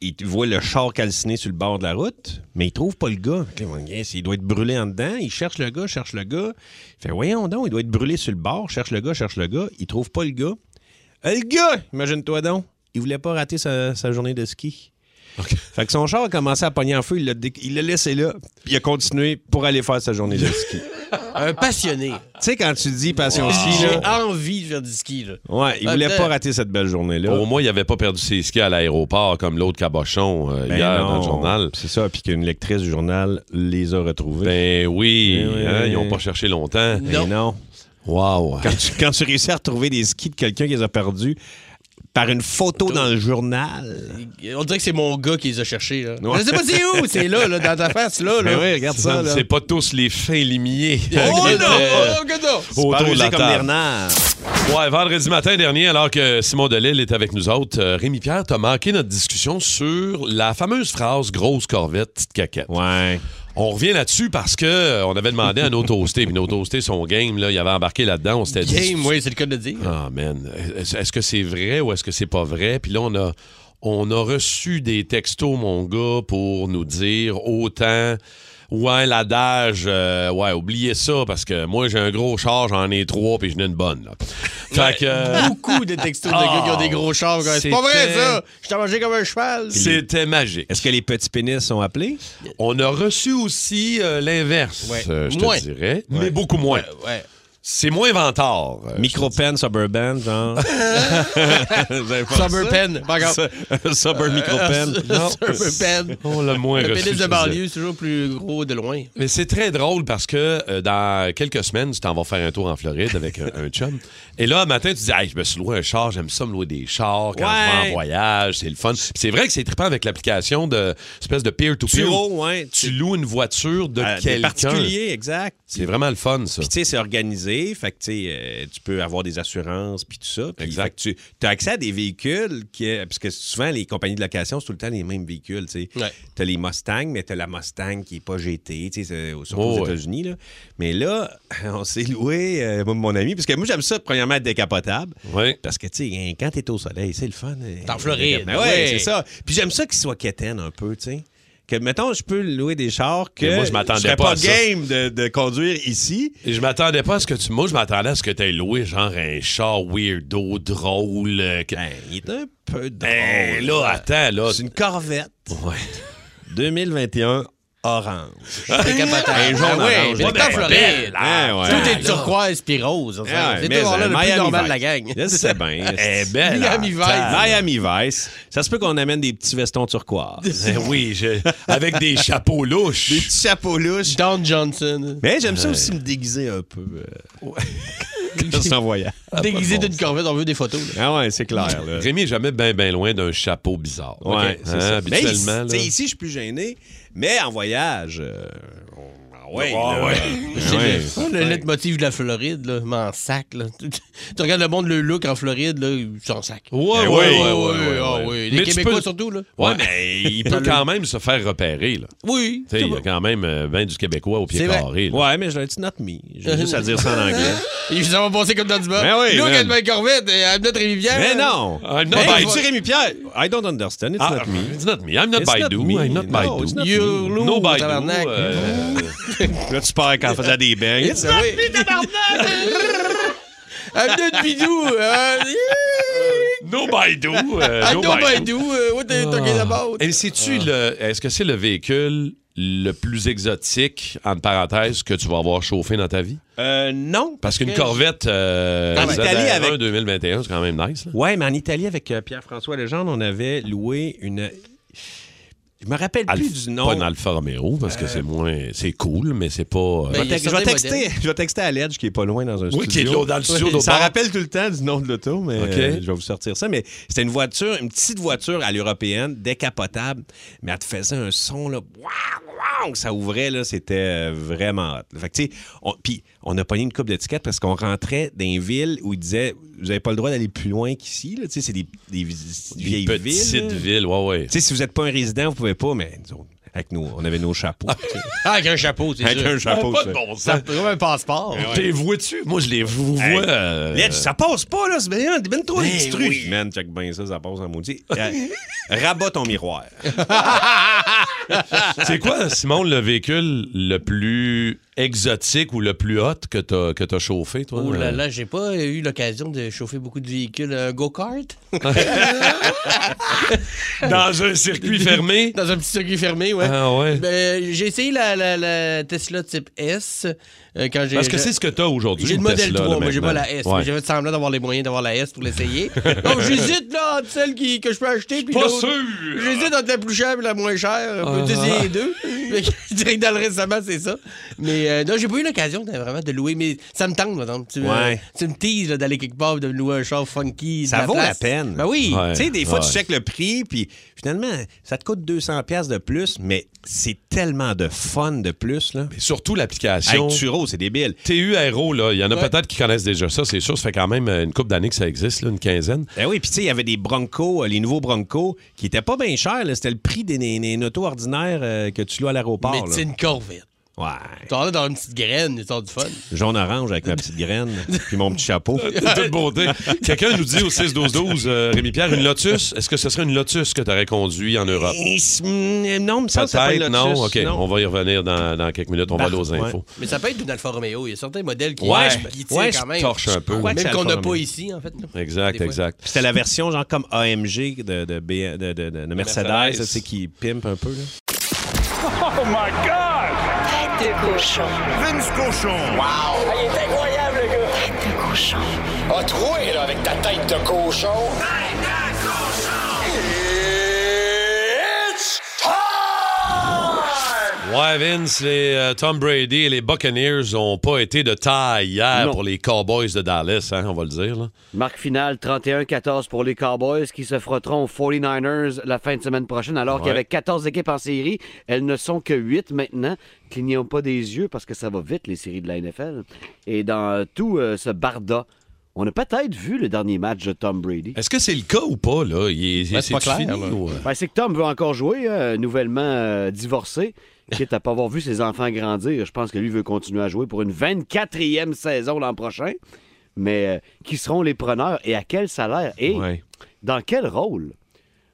[SPEAKER 4] Il voit le char calciné sur le bord de la route, mais il trouve pas le gars. Fait que là, il va, Yes, Il doit être brûlé en dedans. Il cherche le gars, cherche le gars. Il fait Voyons donc, il doit être brûlé sur le bord. Cherche le gars, cherche le gars. Il trouve pas le gars. Euh, Le gars, imagine-toi donc, il voulait pas rater sa, sa journée de ski. Fait que son char a commencé à pogner en feu. Il l'a dé- il l'a laissé là. Puis il a continué pour aller faire sa journée de ski.
[SPEAKER 5] Un passionné.
[SPEAKER 4] Tu sais, quand tu dis passion ski,
[SPEAKER 5] J'ai
[SPEAKER 4] là,
[SPEAKER 5] envie de faire du ski, là.
[SPEAKER 4] Ah, ouais, il
[SPEAKER 5] Ah,
[SPEAKER 4] voulait
[SPEAKER 5] ben-
[SPEAKER 4] pas rater cette belle journée-là.
[SPEAKER 3] Au moins, il n'avait pas perdu ses skis à l'aéroport comme l'autre cabochon euh,
[SPEAKER 4] Ben
[SPEAKER 3] hier dans
[SPEAKER 4] non.
[SPEAKER 3] le journal.
[SPEAKER 4] C'est ça, puis Oh qu'une lectrice du journal les a retrouvés.
[SPEAKER 3] Ben oui,
[SPEAKER 4] Ben oui.
[SPEAKER 3] hein, ils n'ont pas cherché longtemps.
[SPEAKER 4] Ben
[SPEAKER 5] non.
[SPEAKER 4] non.
[SPEAKER 3] Wow.
[SPEAKER 4] Quand tu, quand tu réussis à retrouver des skis de quelqu'un qui les a perdus, par une photo dans le journal.
[SPEAKER 5] On dirait que c'est mon gars qui les a cherchés. Là. Je sais pas c'est où, c'est là, là, dans ta face, là. là.
[SPEAKER 4] Ben oui, regarde ça. là.
[SPEAKER 3] C'est pas tous les fins limiers.
[SPEAKER 5] Oh
[SPEAKER 3] Euh,
[SPEAKER 5] non! Oh, que non!
[SPEAKER 4] Pas
[SPEAKER 3] autour de
[SPEAKER 4] rusé
[SPEAKER 3] la
[SPEAKER 4] comme
[SPEAKER 3] table.
[SPEAKER 4] Bernard.
[SPEAKER 3] Ouais, vendredi matin dernier, alors que Simon Delille est avec nous autres, euh, Rémi Pierre, t'as manqué notre discussion sur la fameuse phrase grosse corvette, petite caquette.
[SPEAKER 4] Ouais.
[SPEAKER 3] On revient là-dessus parce que euh, on avait demandé à nos toastés, puis nos toastés sont game, là, il avait embarqué là-dedans, on s'était dit.
[SPEAKER 5] Game, oui, c'est le cas de le dire.
[SPEAKER 3] Ah, man. Est-ce est-ce que c'est vrai ou est-ce que c'est pas vrai? Puis là, on a, on a reçu des textos, mon gars, pour nous dire autant. Ouais, l'adage, euh, ouais, oubliez ça parce que moi, j'ai un gros char, j'en ai trois, puis je n'ai une bonne. là. Fait que. euh,
[SPEAKER 5] Beaucoup de textos de
[SPEAKER 3] Ah,
[SPEAKER 5] gars qui ont des gros chars. quoi. C'est pas vrai,
[SPEAKER 3] c'était-
[SPEAKER 5] ça! Je t'ai mangé comme un cheval.
[SPEAKER 3] C'était magique.
[SPEAKER 4] Est-ce que les petits pénis sont appelés?
[SPEAKER 3] On a reçu aussi euh, l'inverse,
[SPEAKER 5] Ouais.
[SPEAKER 3] euh, je
[SPEAKER 5] Moins.
[SPEAKER 3] te dirais, mais beaucoup moins.
[SPEAKER 5] Ouais.
[SPEAKER 3] C'est moins vantard. euh,
[SPEAKER 4] Micropen, suburban, genre. Vous avez pas Euh,
[SPEAKER 5] Summer pen. Pas grave.
[SPEAKER 4] ça? Suburban, micropen.
[SPEAKER 3] non.
[SPEAKER 5] Summer pen.
[SPEAKER 3] On l'a moins
[SPEAKER 5] Le
[SPEAKER 3] reçu.
[SPEAKER 5] pénis de
[SPEAKER 3] je te dirais.
[SPEAKER 5] banlieue, c'est toujours plus gros de loin.
[SPEAKER 3] Mais c'est très drôle parce que euh, dans quelques semaines, tu t'en vas faire un tour en Floride avec euh, un, un chum. Et là, un matin, tu dis Hey, je me suis loué un char, j'aime ça me louer des chars quand je vais
[SPEAKER 4] Ouais.
[SPEAKER 3] en voyage, c'est le fun. Puis c'est vrai que c'est trippant avec l'application de espèce de peer-to-peer.
[SPEAKER 4] Turo, ouais.
[SPEAKER 3] Tu loues une voiture de
[SPEAKER 4] Euh, des
[SPEAKER 3] quelqu'un.
[SPEAKER 4] particuliers, exact.
[SPEAKER 3] C'est vraiment le fun, ça.
[SPEAKER 4] Puis, tu sais, c'est organisé. Fait que, tu sais, euh, tu peux avoir des assurances, puis tout ça. Puis,
[SPEAKER 3] Exact.
[SPEAKER 4] fait que tu as accès à des véhicules, qui, euh, parce que souvent, les compagnies de location, c'est tout le temps les mêmes véhicules, tu sais.
[SPEAKER 5] Ouais.
[SPEAKER 4] Tu as les Mustangs, mais tu as la Mustang qui n'est pas GT, tu sais, c'est- euh, surtout
[SPEAKER 3] Oh,
[SPEAKER 4] aux
[SPEAKER 3] ouais.
[SPEAKER 4] États-Unis. là. Mais là, on s'est loué, euh, moi et mon ami, parce que moi, j'aime ça, premièrement, être décapotable.
[SPEAKER 3] Ouais.
[SPEAKER 4] Parce que, tu sais, hein, quand t'es au soleil, c'est le fun. T'es
[SPEAKER 5] en Floride,
[SPEAKER 3] Ben
[SPEAKER 4] Ouais,
[SPEAKER 5] ouais.
[SPEAKER 4] c'est ça. Puis j'aime ça qu'il soit quétaine un peu, tu sais. Que, mettons, je peux louer des chars que
[SPEAKER 3] Mais moi, je m'attendais
[SPEAKER 4] serais
[SPEAKER 3] pas
[SPEAKER 4] pas
[SPEAKER 3] à ça.
[SPEAKER 4] game de, de conduire ici.
[SPEAKER 3] Et je m'attendais pas à ce que tu. Moi, je m'attendais à ce que tu aies loué genre un char weirdo, drôle. euh, que-
[SPEAKER 4] Ben, il est un peu drôle.
[SPEAKER 3] Hey, Ben là, attends, là.
[SPEAKER 4] C'est une Corvette
[SPEAKER 3] Ouais.
[SPEAKER 4] 2021 orange.
[SPEAKER 5] Un
[SPEAKER 4] jaune
[SPEAKER 5] jaune
[SPEAKER 4] orange,
[SPEAKER 5] orange. Tout
[SPEAKER 4] là,
[SPEAKER 5] en
[SPEAKER 4] ben,
[SPEAKER 5] Floride.
[SPEAKER 4] Ah, ouais.
[SPEAKER 5] Tout est turquoise puis rose.
[SPEAKER 4] Ah,
[SPEAKER 5] enfin. C'est
[SPEAKER 4] mais,
[SPEAKER 5] toujours là
[SPEAKER 4] euh,
[SPEAKER 5] le plus
[SPEAKER 4] Miami
[SPEAKER 5] normal de
[SPEAKER 4] Vice.
[SPEAKER 5] la gang.
[SPEAKER 4] Je sais bien. hein.
[SPEAKER 3] Eh ben, là.
[SPEAKER 5] Miami Vice.
[SPEAKER 4] Miami Vice. Ça se peut qu'on amène des petits vestons turquoise.
[SPEAKER 3] Ben oui, je- avec des chapeaux louches.
[SPEAKER 4] des petits chapeaux louches.
[SPEAKER 5] Don Johnson.
[SPEAKER 4] Mais j'aime ça aussi me déguiser un peu. euh, quand c'est en voyage.
[SPEAKER 5] Déguisé d'une corvette, on veut des photos. là.
[SPEAKER 4] Ah ouais, c'est clair. Là.
[SPEAKER 3] Rémi est jamais bien ben loin d'un chapeau bizarre.
[SPEAKER 4] Ouais,
[SPEAKER 3] Hein,
[SPEAKER 4] c'est ça. Mais ici,
[SPEAKER 3] Habituellement,
[SPEAKER 4] tu
[SPEAKER 3] là.
[SPEAKER 4] sais, ici, je suis plus gêné, mais en voyage. euh, on- ah ouais,
[SPEAKER 3] Ah
[SPEAKER 4] là.
[SPEAKER 3] ouais.
[SPEAKER 5] C'est
[SPEAKER 4] Ouais.
[SPEAKER 5] le, le leitmotiv de la Floride, là, m'en sac. Là. Tu, tu regardes le monde, le look en Floride, là, sans sac.
[SPEAKER 3] Ouais, ouais,
[SPEAKER 4] Ben
[SPEAKER 3] Eh ouais,
[SPEAKER 4] oui,
[SPEAKER 3] ouais,
[SPEAKER 5] oui,
[SPEAKER 3] ouais,
[SPEAKER 5] ah
[SPEAKER 3] ouais.
[SPEAKER 5] oui.
[SPEAKER 3] Mais
[SPEAKER 5] Les
[SPEAKER 3] tu
[SPEAKER 5] Québécois
[SPEAKER 3] peux-
[SPEAKER 5] surtout, là.
[SPEAKER 3] Ouais, mais il peut quand même se faire repérer. Là.
[SPEAKER 5] Oui.
[SPEAKER 3] Tu sais, il y a quand même euh, ben du Québécois au pied
[SPEAKER 5] C'est vrai.
[SPEAKER 3] carré. là.
[SPEAKER 4] Ouais, mais je l'ai dit, not me. J'ai juste à dire ça en anglais.
[SPEAKER 5] Ils vont passer comme dans du bas.
[SPEAKER 4] Mais oui,
[SPEAKER 5] Look
[SPEAKER 4] man.
[SPEAKER 5] at my corvette, et I'm not Rémi Pierre.
[SPEAKER 4] Mais Ah, non!
[SPEAKER 3] I'm not
[SPEAKER 4] mais
[SPEAKER 3] Baidu.
[SPEAKER 4] tu Rémi Pierre! I don't understand, it's
[SPEAKER 3] Ah,
[SPEAKER 4] not me.
[SPEAKER 3] It's not me. I'm not
[SPEAKER 4] It's not
[SPEAKER 3] Baidu.
[SPEAKER 4] me.
[SPEAKER 3] I'm not
[SPEAKER 4] No,
[SPEAKER 3] Baidu.
[SPEAKER 4] it's not
[SPEAKER 5] You
[SPEAKER 4] me.
[SPEAKER 5] look
[SPEAKER 3] No Baidu.
[SPEAKER 5] tabarnak.
[SPEAKER 3] euh,
[SPEAKER 4] Là, tu parles quand on faisait des bangs. It's not me.
[SPEAKER 5] I'm not Bidou. euh,
[SPEAKER 3] no Baidu. euh,
[SPEAKER 5] I'm
[SPEAKER 3] no
[SPEAKER 5] not
[SPEAKER 3] Baidu. Ah.
[SPEAKER 5] Baidu. euh, What are you talking about?
[SPEAKER 3] Et sais-tu le- Est-ce que c'est le véhicule le plus exotique, entre parenthèses, que tu vas avoir chauffé dans ta vie?
[SPEAKER 4] Euh, non.
[SPEAKER 3] Parce qu'une
[SPEAKER 4] que-
[SPEAKER 3] Corvette euh,
[SPEAKER 4] En
[SPEAKER 3] ZR1
[SPEAKER 4] Italie avec-
[SPEAKER 3] 2021, c'est quand même nice. là.
[SPEAKER 4] Ouais, mais en Italie, avec euh, Pierre-François Legendre, on avait loué une. Je me rappelle
[SPEAKER 3] Alpha-
[SPEAKER 4] plus du nom. Euh.
[SPEAKER 3] Pas une Alfa Romeo, parce que c'est moins... C'est cool, mais c'est pas... euh,
[SPEAKER 5] Ben,
[SPEAKER 4] Je
[SPEAKER 5] Il
[SPEAKER 4] vais
[SPEAKER 5] y a
[SPEAKER 4] tex- je vais
[SPEAKER 5] certains
[SPEAKER 4] texter,
[SPEAKER 5] modèles.
[SPEAKER 4] je vais texter à Ledge qui est pas loin dans un euh, studio.
[SPEAKER 3] qui est de l'autre dans le studio, d'autre
[SPEAKER 4] Ça
[SPEAKER 3] bord.
[SPEAKER 4] rappelle tout le temps du nom de l'auto, mais
[SPEAKER 3] OK.
[SPEAKER 4] euh, je vais vous sortir ça. Mais c'était une voiture, une petite voiture à l'européenne, décapotable, mais elle te faisait un son là, waouh, waouh, ça ouvrait là, c'était euh, vraiment hot. Fait que, tu sais, on- puis on a pogné une coupe d'étiquette parce qu'on rentrait dans une ville où ils disaient, vous avez pas le droit d'aller plus loin qu'ici, là. tu sais, c'est des, des vis-
[SPEAKER 3] Une
[SPEAKER 4] vieilles villes.
[SPEAKER 3] petite
[SPEAKER 4] là.
[SPEAKER 3] ville, ouais, ouais.
[SPEAKER 4] Tu sais, si vous n'êtes pas un résident, vous pouvez pas, mais nous autres, avec nous, on avait nos chapeaux. tu sais.
[SPEAKER 5] Ah, avec un chapeau, c'est
[SPEAKER 4] avec
[SPEAKER 5] sûr.
[SPEAKER 4] un chapeau.
[SPEAKER 3] pas
[SPEAKER 4] tu
[SPEAKER 3] de
[SPEAKER 4] sais.
[SPEAKER 3] bon
[SPEAKER 5] Ça
[SPEAKER 3] sens.
[SPEAKER 5] peut comme un passeport.
[SPEAKER 3] Ah, T'es vois-tu? Moi, je les vous
[SPEAKER 4] Hey,
[SPEAKER 3] vois. euh,
[SPEAKER 4] Let's, ça passe pas, là. C'est bien, ben trop les
[SPEAKER 3] Ben
[SPEAKER 4] petits trucs.
[SPEAKER 3] oui.
[SPEAKER 4] Man, check bien ça, ça passe en maudit. Euh, rabat ton miroir.
[SPEAKER 3] C'est quoi, Simon, le véhicule le plus exotique ou le plus hot que t'as que t'as chauffé, toi?
[SPEAKER 5] Oh là
[SPEAKER 3] Euh,
[SPEAKER 5] là, j'ai pas eu l'occasion de chauffer beaucoup de véhicules. Un go-kart?
[SPEAKER 3] Dans un circuit fermé?
[SPEAKER 5] Dans un petit circuit fermé, ouais.
[SPEAKER 3] Ah ouais.
[SPEAKER 5] Ben, j'ai essayé la, la- la Tesla type S euh, quand j'ai.
[SPEAKER 3] Parce que
[SPEAKER 5] j'ai-
[SPEAKER 3] c'est ce que t'as aujourd'hui.
[SPEAKER 5] J'ai le
[SPEAKER 3] une
[SPEAKER 5] modèle
[SPEAKER 3] Tesla,
[SPEAKER 5] 3,
[SPEAKER 3] là,
[SPEAKER 5] moi j'ai pas la
[SPEAKER 3] maintenant.
[SPEAKER 5] S,
[SPEAKER 3] Ouais.
[SPEAKER 5] mais j'avais semblant d'avoir les moyens d'avoir la S pour l'essayer. Donc j'hésite là entre celle qui, que je peux acheter puis
[SPEAKER 3] Pas
[SPEAKER 5] l'autre.
[SPEAKER 3] sûr! Uh-huh.
[SPEAKER 5] J'hésite entre la plus chère et la moins chère. Peux-tu essayer les deux? Fait que Je dirais que dans le récemment, c'est ça. Mais euh, non, j'ai pas eu l'occasion de- vraiment de louer, mais ça me tente, par exemple. Tu, me-
[SPEAKER 4] Ouais.
[SPEAKER 5] tu me teases là, d'aller quelque part et de me louer un char funky. de
[SPEAKER 4] Ça vaut
[SPEAKER 5] place.
[SPEAKER 4] la peine.
[SPEAKER 5] Ben oui.
[SPEAKER 3] Ouais.
[SPEAKER 4] Tu sais, des fois,
[SPEAKER 3] Ouais.
[SPEAKER 4] tu checkes le prix, puis finalement, ça te coûte 200$ piastres de plus, mais c'est tellement de fun de plus, là.
[SPEAKER 3] Surtout l'application.
[SPEAKER 4] Avec Turo, c'est débile.
[SPEAKER 3] TURO, là, il y en a
[SPEAKER 5] Ouais.
[SPEAKER 3] peut-être qui connaissent déjà ça, c'est sûr. Ça fait quand même euh, une couple d'années que ça existe, là, une quinzaine.
[SPEAKER 4] Ben oui, puis tu sais, il y avait des Broncos, euh, les nouveaux Broncos, qui étaient pas bien chers. là. C'était le prix des, des- des autos ordinaires euh, que tu loues à
[SPEAKER 5] Mais
[SPEAKER 4] l'aéroport. là.
[SPEAKER 5] c'est une corvette.
[SPEAKER 4] Ouais.
[SPEAKER 5] Tu en as dans une petite graine, tu as du fun.
[SPEAKER 4] Jaune-orange avec ma petite graine, puis mon petit chapeau.
[SPEAKER 3] De toute beauté. Quelqu'un nous dit au 6-12-12, euh, Rémi-Pierre, une Lotus, est-ce que ce serait une Lotus que tu aurais conduit en Europe?
[SPEAKER 4] Et c'est- mm, non, me semble que ça s'appelle
[SPEAKER 3] Peut-être,
[SPEAKER 4] Lotus.
[SPEAKER 3] non? OK,
[SPEAKER 4] non.
[SPEAKER 3] on va y revenir dans, dans quelques minutes. On
[SPEAKER 4] Bah,
[SPEAKER 3] va aller aux
[SPEAKER 4] ouais.
[SPEAKER 3] infos.
[SPEAKER 5] Mais ça peut être une Alfa Romeo. Il y a certains modèles qui,
[SPEAKER 3] Ouais,
[SPEAKER 5] qui tirent
[SPEAKER 4] ouais,
[SPEAKER 5] quand
[SPEAKER 4] je
[SPEAKER 5] même.
[SPEAKER 3] torche un peu.
[SPEAKER 5] Même
[SPEAKER 4] Ouais, c'est
[SPEAKER 5] qu'on n'a
[SPEAKER 4] Alfa Romeo.
[SPEAKER 5] pas ici, en fait. là. Des
[SPEAKER 3] Exact,
[SPEAKER 5] fois.
[SPEAKER 3] exact.
[SPEAKER 4] C'était la version genre comme AMG de, de, B- de- de- de- de Mercedes,
[SPEAKER 3] Mercedes.
[SPEAKER 4] là, tu sais, qui pimpe un peu. Là.
[SPEAKER 11] Oh
[SPEAKER 1] Tête de cochon.
[SPEAKER 11] Ah, il est incroyable, le gars!
[SPEAKER 1] Tête de cochon.
[SPEAKER 11] A troué, là, avec ta tête de cochon. Tête de cochon! It's time!
[SPEAKER 3] Ouais, Vince, les euh, Tom Brady et les Buccaneers n'ont pas été de taille hier
[SPEAKER 12] Non.
[SPEAKER 3] pour les Cowboys de Dallas, hein, on va le dire. Là.
[SPEAKER 12] Marque finale 31-14 pour les Cowboys qui se frotteront aux 49ers la fin de semaine prochaine. Alors qu'il y
[SPEAKER 3] Ouais.
[SPEAKER 12] avait 14 équipes en série, elles ne sont que 8 maintenant. Clignons pas des yeux parce que ça va vite, les séries de la NFL. Et dans euh, tout euh, ce barda, on a peut-être vu le dernier match de Tom Brady.
[SPEAKER 3] Est-ce que c'est le cas ou pas? là? Il est,
[SPEAKER 5] Ouais, Ben, c'est pas clair,
[SPEAKER 3] c'est-tu fini,
[SPEAKER 5] là.
[SPEAKER 3] ou, euh?
[SPEAKER 12] Ben, c'est que Tom veut encore jouer, hein, nouvellement euh, divorcé, quitte à pas avoir vu ses enfants grandir. Je pense que lui veut continuer à jouer pour une 24e saison l'an prochain. Mais euh, qui seront les preneurs et à quel salaire et
[SPEAKER 4] Ouais.
[SPEAKER 12] dans quel rôle?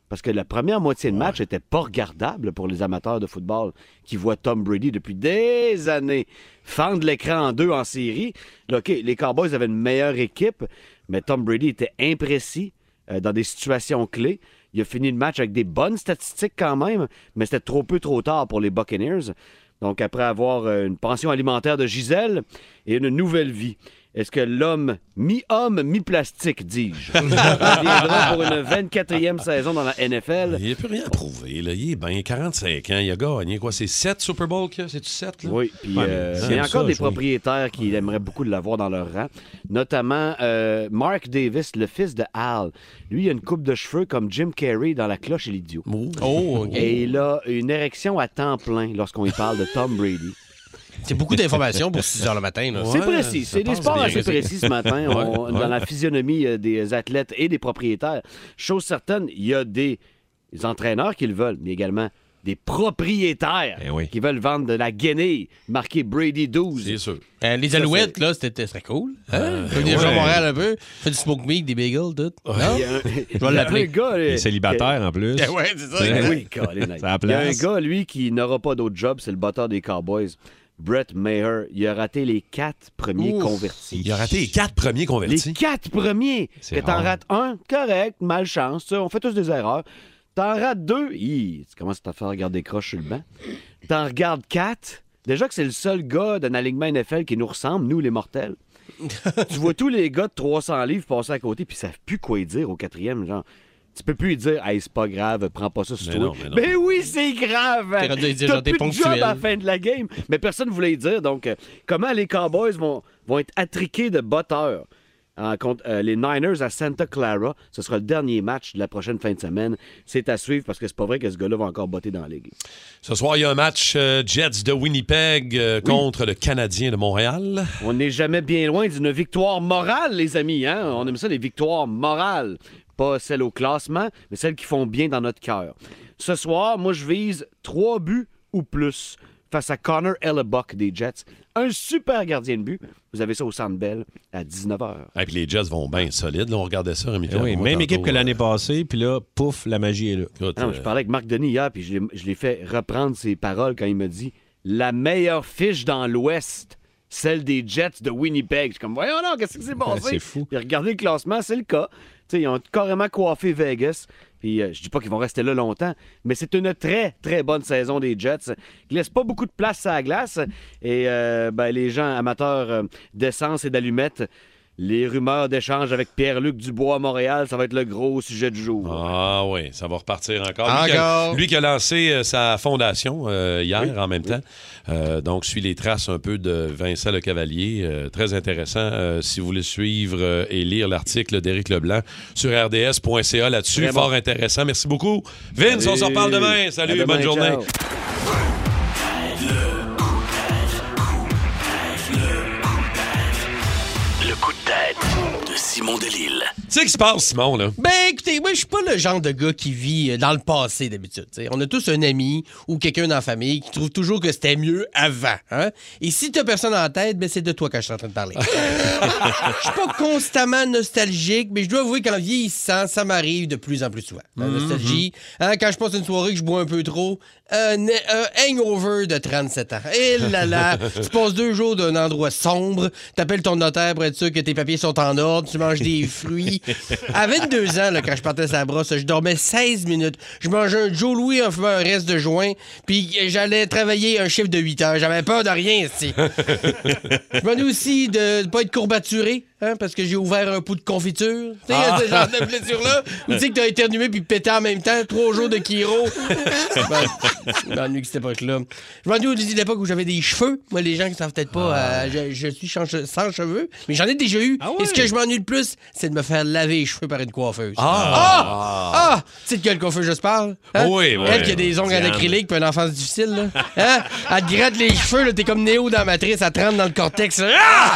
[SPEAKER 12] Parce que la première moitié de match était pas regardable pour les amateurs de football qui voient Tom Brady depuis des années fendre l'écran en deux en série. Là, OK, les Cowboys avaient une meilleure équipe, mais Tom Brady était imprécis euh, dans des situations clés. Il a fini le match avec des bonnes statistiques quand même, mais c'était trop peu trop tard pour les Buccaneers. Donc, après avoir euh, une pension alimentaire de Gisèle et une nouvelle vie, est-ce que l'homme, mi-homme, mi-plastique, dis-je, viendra pour une 24e saison dans la NFL?
[SPEAKER 3] Ah, Il n'y a plus rien à prouver. Là. Il est bien 45 ans. Il a gagné quoi? C'est 7 Super Bowl qu'il y a? C'est-tu 7? Là?
[SPEAKER 12] Oui, puis
[SPEAKER 3] Ouais,
[SPEAKER 12] euh,
[SPEAKER 3] mais
[SPEAKER 12] il
[SPEAKER 3] j'aime
[SPEAKER 12] y a encore
[SPEAKER 3] ça,
[SPEAKER 12] des
[SPEAKER 3] jouer.
[SPEAKER 12] propriétaires qui aimeraient beaucoup de l'avoir dans leur rang, notamment euh, Mark Davis, le fils de Al. Lui, il a une coupe de cheveux comme Jim Carrey dans La cloche et l'idiot.
[SPEAKER 5] Oh, OK.
[SPEAKER 12] Et il a une érection à temps plein lorsqu'on y parle de Tom Brady.
[SPEAKER 5] C'est beaucoup d'informations pour 6 h le matin. là.
[SPEAKER 12] C'est précis. C'est des sports assez précis ce matin on-
[SPEAKER 3] Ouais,
[SPEAKER 12] dans
[SPEAKER 3] ouais.
[SPEAKER 12] la physionomie euh, des athlètes et des propriétaires. Chose certaine, il y a des entraîneurs qui le veulent, mais également des propriétaires
[SPEAKER 4] Eh oui.
[SPEAKER 12] qui veulent vendre de la guenille marquée Brady 12.
[SPEAKER 3] C'est sûr.
[SPEAKER 5] Euh, les alouettes, là, c'était très cool. Hein? Faut venir jouer à
[SPEAKER 4] Euh, ouais.
[SPEAKER 5] Montréal un peu. Fais du smoke meat, des bagels, tout. Non?
[SPEAKER 12] Il y a un- il y a
[SPEAKER 5] vais l'appeler.
[SPEAKER 12] un gars,
[SPEAKER 4] Il
[SPEAKER 12] euh,
[SPEAKER 4] est célibataire en plus.
[SPEAKER 5] Eh Ouais, c'est ça.
[SPEAKER 12] qui-
[SPEAKER 5] exact.
[SPEAKER 12] Oui, Colin, hey.
[SPEAKER 4] Ça a la
[SPEAKER 12] Il y a un
[SPEAKER 4] place.
[SPEAKER 12] gars, lui, qui n'aura pas d'autre job, c'est le batteur des Cowboys, Brett Maher. Il a raté les quatre premiers
[SPEAKER 5] Ouf.
[SPEAKER 12] convertis.
[SPEAKER 3] Il a raté les 4 premiers
[SPEAKER 12] Les
[SPEAKER 3] convertis.
[SPEAKER 12] quatre premiers.
[SPEAKER 4] C'est
[SPEAKER 12] Que t'en
[SPEAKER 4] rare.
[SPEAKER 12] rates un, correct, malchance, ça, on fait tous des erreurs. T'en rates deux, hi, tu commences à te faire regarder des croches sur le banc. T'en regardes quatre. Déjà que c'est le seul gars d'un alignement NFL qui nous ressemble, nous les mortels. tu vois tous les gars de 300 livres passer à côté, puis ils savent plus quoi y dire au quatrième, genre. Tu peux plus lui dire, hey, c'est pas grave, prends pas ça sur
[SPEAKER 3] Mais
[SPEAKER 12] toi. Ben
[SPEAKER 3] non, mais non.
[SPEAKER 12] oui, c'est grave!
[SPEAKER 5] T'es rendu à lui dire,
[SPEAKER 12] T'as
[SPEAKER 5] genre, t'es
[SPEAKER 12] plus de job à la
[SPEAKER 5] ponctuel.
[SPEAKER 12] fin de la game. Mais personne ne voulait y dire. Donc, euh, comment les Cowboys vont, vont être attriqués de botteurs en contre euh, les Niners à Santa Clara? Ce sera le dernier match de la prochaine fin de semaine. C'est à suivre parce que c'est pas vrai que ce gars-là va encore botter dans la ligue.
[SPEAKER 3] Ce soir, il y a un match euh, Jets de Winnipeg euh, contre le Canadien de Montréal.
[SPEAKER 12] On n'est jamais bien loin d'une victoire morale, les amis. Hein? On aime ça, les victoires morales. Pas celles au classement, mais celles qui font bien dans notre cœur. Ce soir, moi, je vise trois buts ou plus face à Connor Hellebuck des Jets. Un super gardien de but. Vous avez ça au Centre Bell à 19h.
[SPEAKER 3] Et puis les Jets vont bien solides. là. on regardait ça, Rémi.
[SPEAKER 4] Eh oui, même équipe que l'année passée, puis là, pouf, la magie est là.
[SPEAKER 12] Ah,
[SPEAKER 4] euh,
[SPEAKER 12] je parlais avec Marc Denis hier, puis je l'ai- je l'ai fait reprendre ses paroles quand il me dit « La meilleure fiche dans l'Ouest, celle des Jets de Winnipeg. » Je suis comme « Voyons non, qu'est-ce qui s'est passé?
[SPEAKER 4] C'est fou.
[SPEAKER 12] Puis regardez le classement, c'est le cas. Tu sais, ils ont carrément coiffé Vegas. Puis euh, je dis pas qu'ils vont rester là longtemps, mais c'est une très, très bonne saison des Jets. Ils laissent pas beaucoup de place à la glace. Et euh, ben, les gens amateurs euh, d'essence et d'allumettes Les rumeurs d'échange avec Pierre-Luc Dubois à Montréal, ça va être le gros sujet du jour.
[SPEAKER 3] Ah oui, ça va repartir encore. Ah, Lui qui a-
[SPEAKER 12] Encore.
[SPEAKER 3] Lui, qui a lancé euh, sa fondation euh, hier en même temps. Euh, donc, suit les traces un peu de Vincent Le Cavalier. Euh, très intéressant. Euh, si vous voulez suivre euh, et lire l'article d'Éric Leblanc sur rds.ca là-dessus.
[SPEAKER 2] Très bon.
[SPEAKER 3] Fort intéressant. Merci beaucoup. Vince, on
[SPEAKER 2] Salut.
[SPEAKER 3] s'en reparle demain.
[SPEAKER 2] À
[SPEAKER 3] Salut,
[SPEAKER 2] demain,
[SPEAKER 3] bonne journée.
[SPEAKER 2] ciao. Le coup de tête de Simon Delille.
[SPEAKER 3] Tu sais qui se passe, Simon, là?
[SPEAKER 5] Ben écoutez, moi je suis pas le genre de gars qui vit euh, dans le passé d'habitude. t'sais. On a tous un ami ou quelqu'un dans la famille qui trouve toujours que c'était mieux avant. hein. Et si t'as personne en tête, ben c'est de toi que je suis en train de parler. Je suis pas constamment nostalgique, mais je dois avouer qu'en vieillissant, ça m'arrive de plus en plus souvent. La
[SPEAKER 13] Mhm.
[SPEAKER 5] nostalgie, hein, quand je passe une soirée que je bois un peu trop, un, un hangover de 37 ans. Et là là, tu passes deux jours d'un endroit sombre, t'appelles ton notaire pour être sûr que tes papiers sont en ordre, tu manges des fruits. À 22 ans, là, quand je partais sa brosse, je dormais 16 minutes. Je mangeais un Joe Louis en fumant un reste de joint, puis j'allais travailler un chiffre de 8 heures. J'avais peur de rien, si. Je m'en ai aussi de ne pas être courbaturé, hein, parce que j'ai ouvert un pot de confiture. Tu sais,
[SPEAKER 2] Ah.
[SPEAKER 5] ce genre de blessure-là. Ou tu sais que t'as éternué puis pété en même temps, trois jours de chiro. Ben, Je m'ennuie de cette époque-là. Je m'ennuie aussi de l'époque où j'avais des cheveux. Moi, les gens qui savent peut-être
[SPEAKER 2] Ah.
[SPEAKER 5] pas, euh, je, je suis sans, che- sans cheveux, mais j'en ai déjà eu. Et ce que je m'ennuie le plus, c'est de me faire laver les cheveux par une coiffeuse.
[SPEAKER 2] Ah.
[SPEAKER 5] Ah! Ah! Tu sais de quelle coiffeuse je parle? hein?
[SPEAKER 2] Oui, oui.
[SPEAKER 5] Elle qui a des ongles en
[SPEAKER 2] Diane.
[SPEAKER 5] acrylique puis une enfance difficile, là. Hein? Elle te gratte les cheveux, là, t'es comme Néo dans Matrice, elle te rentre dans le cortex. là. Ah!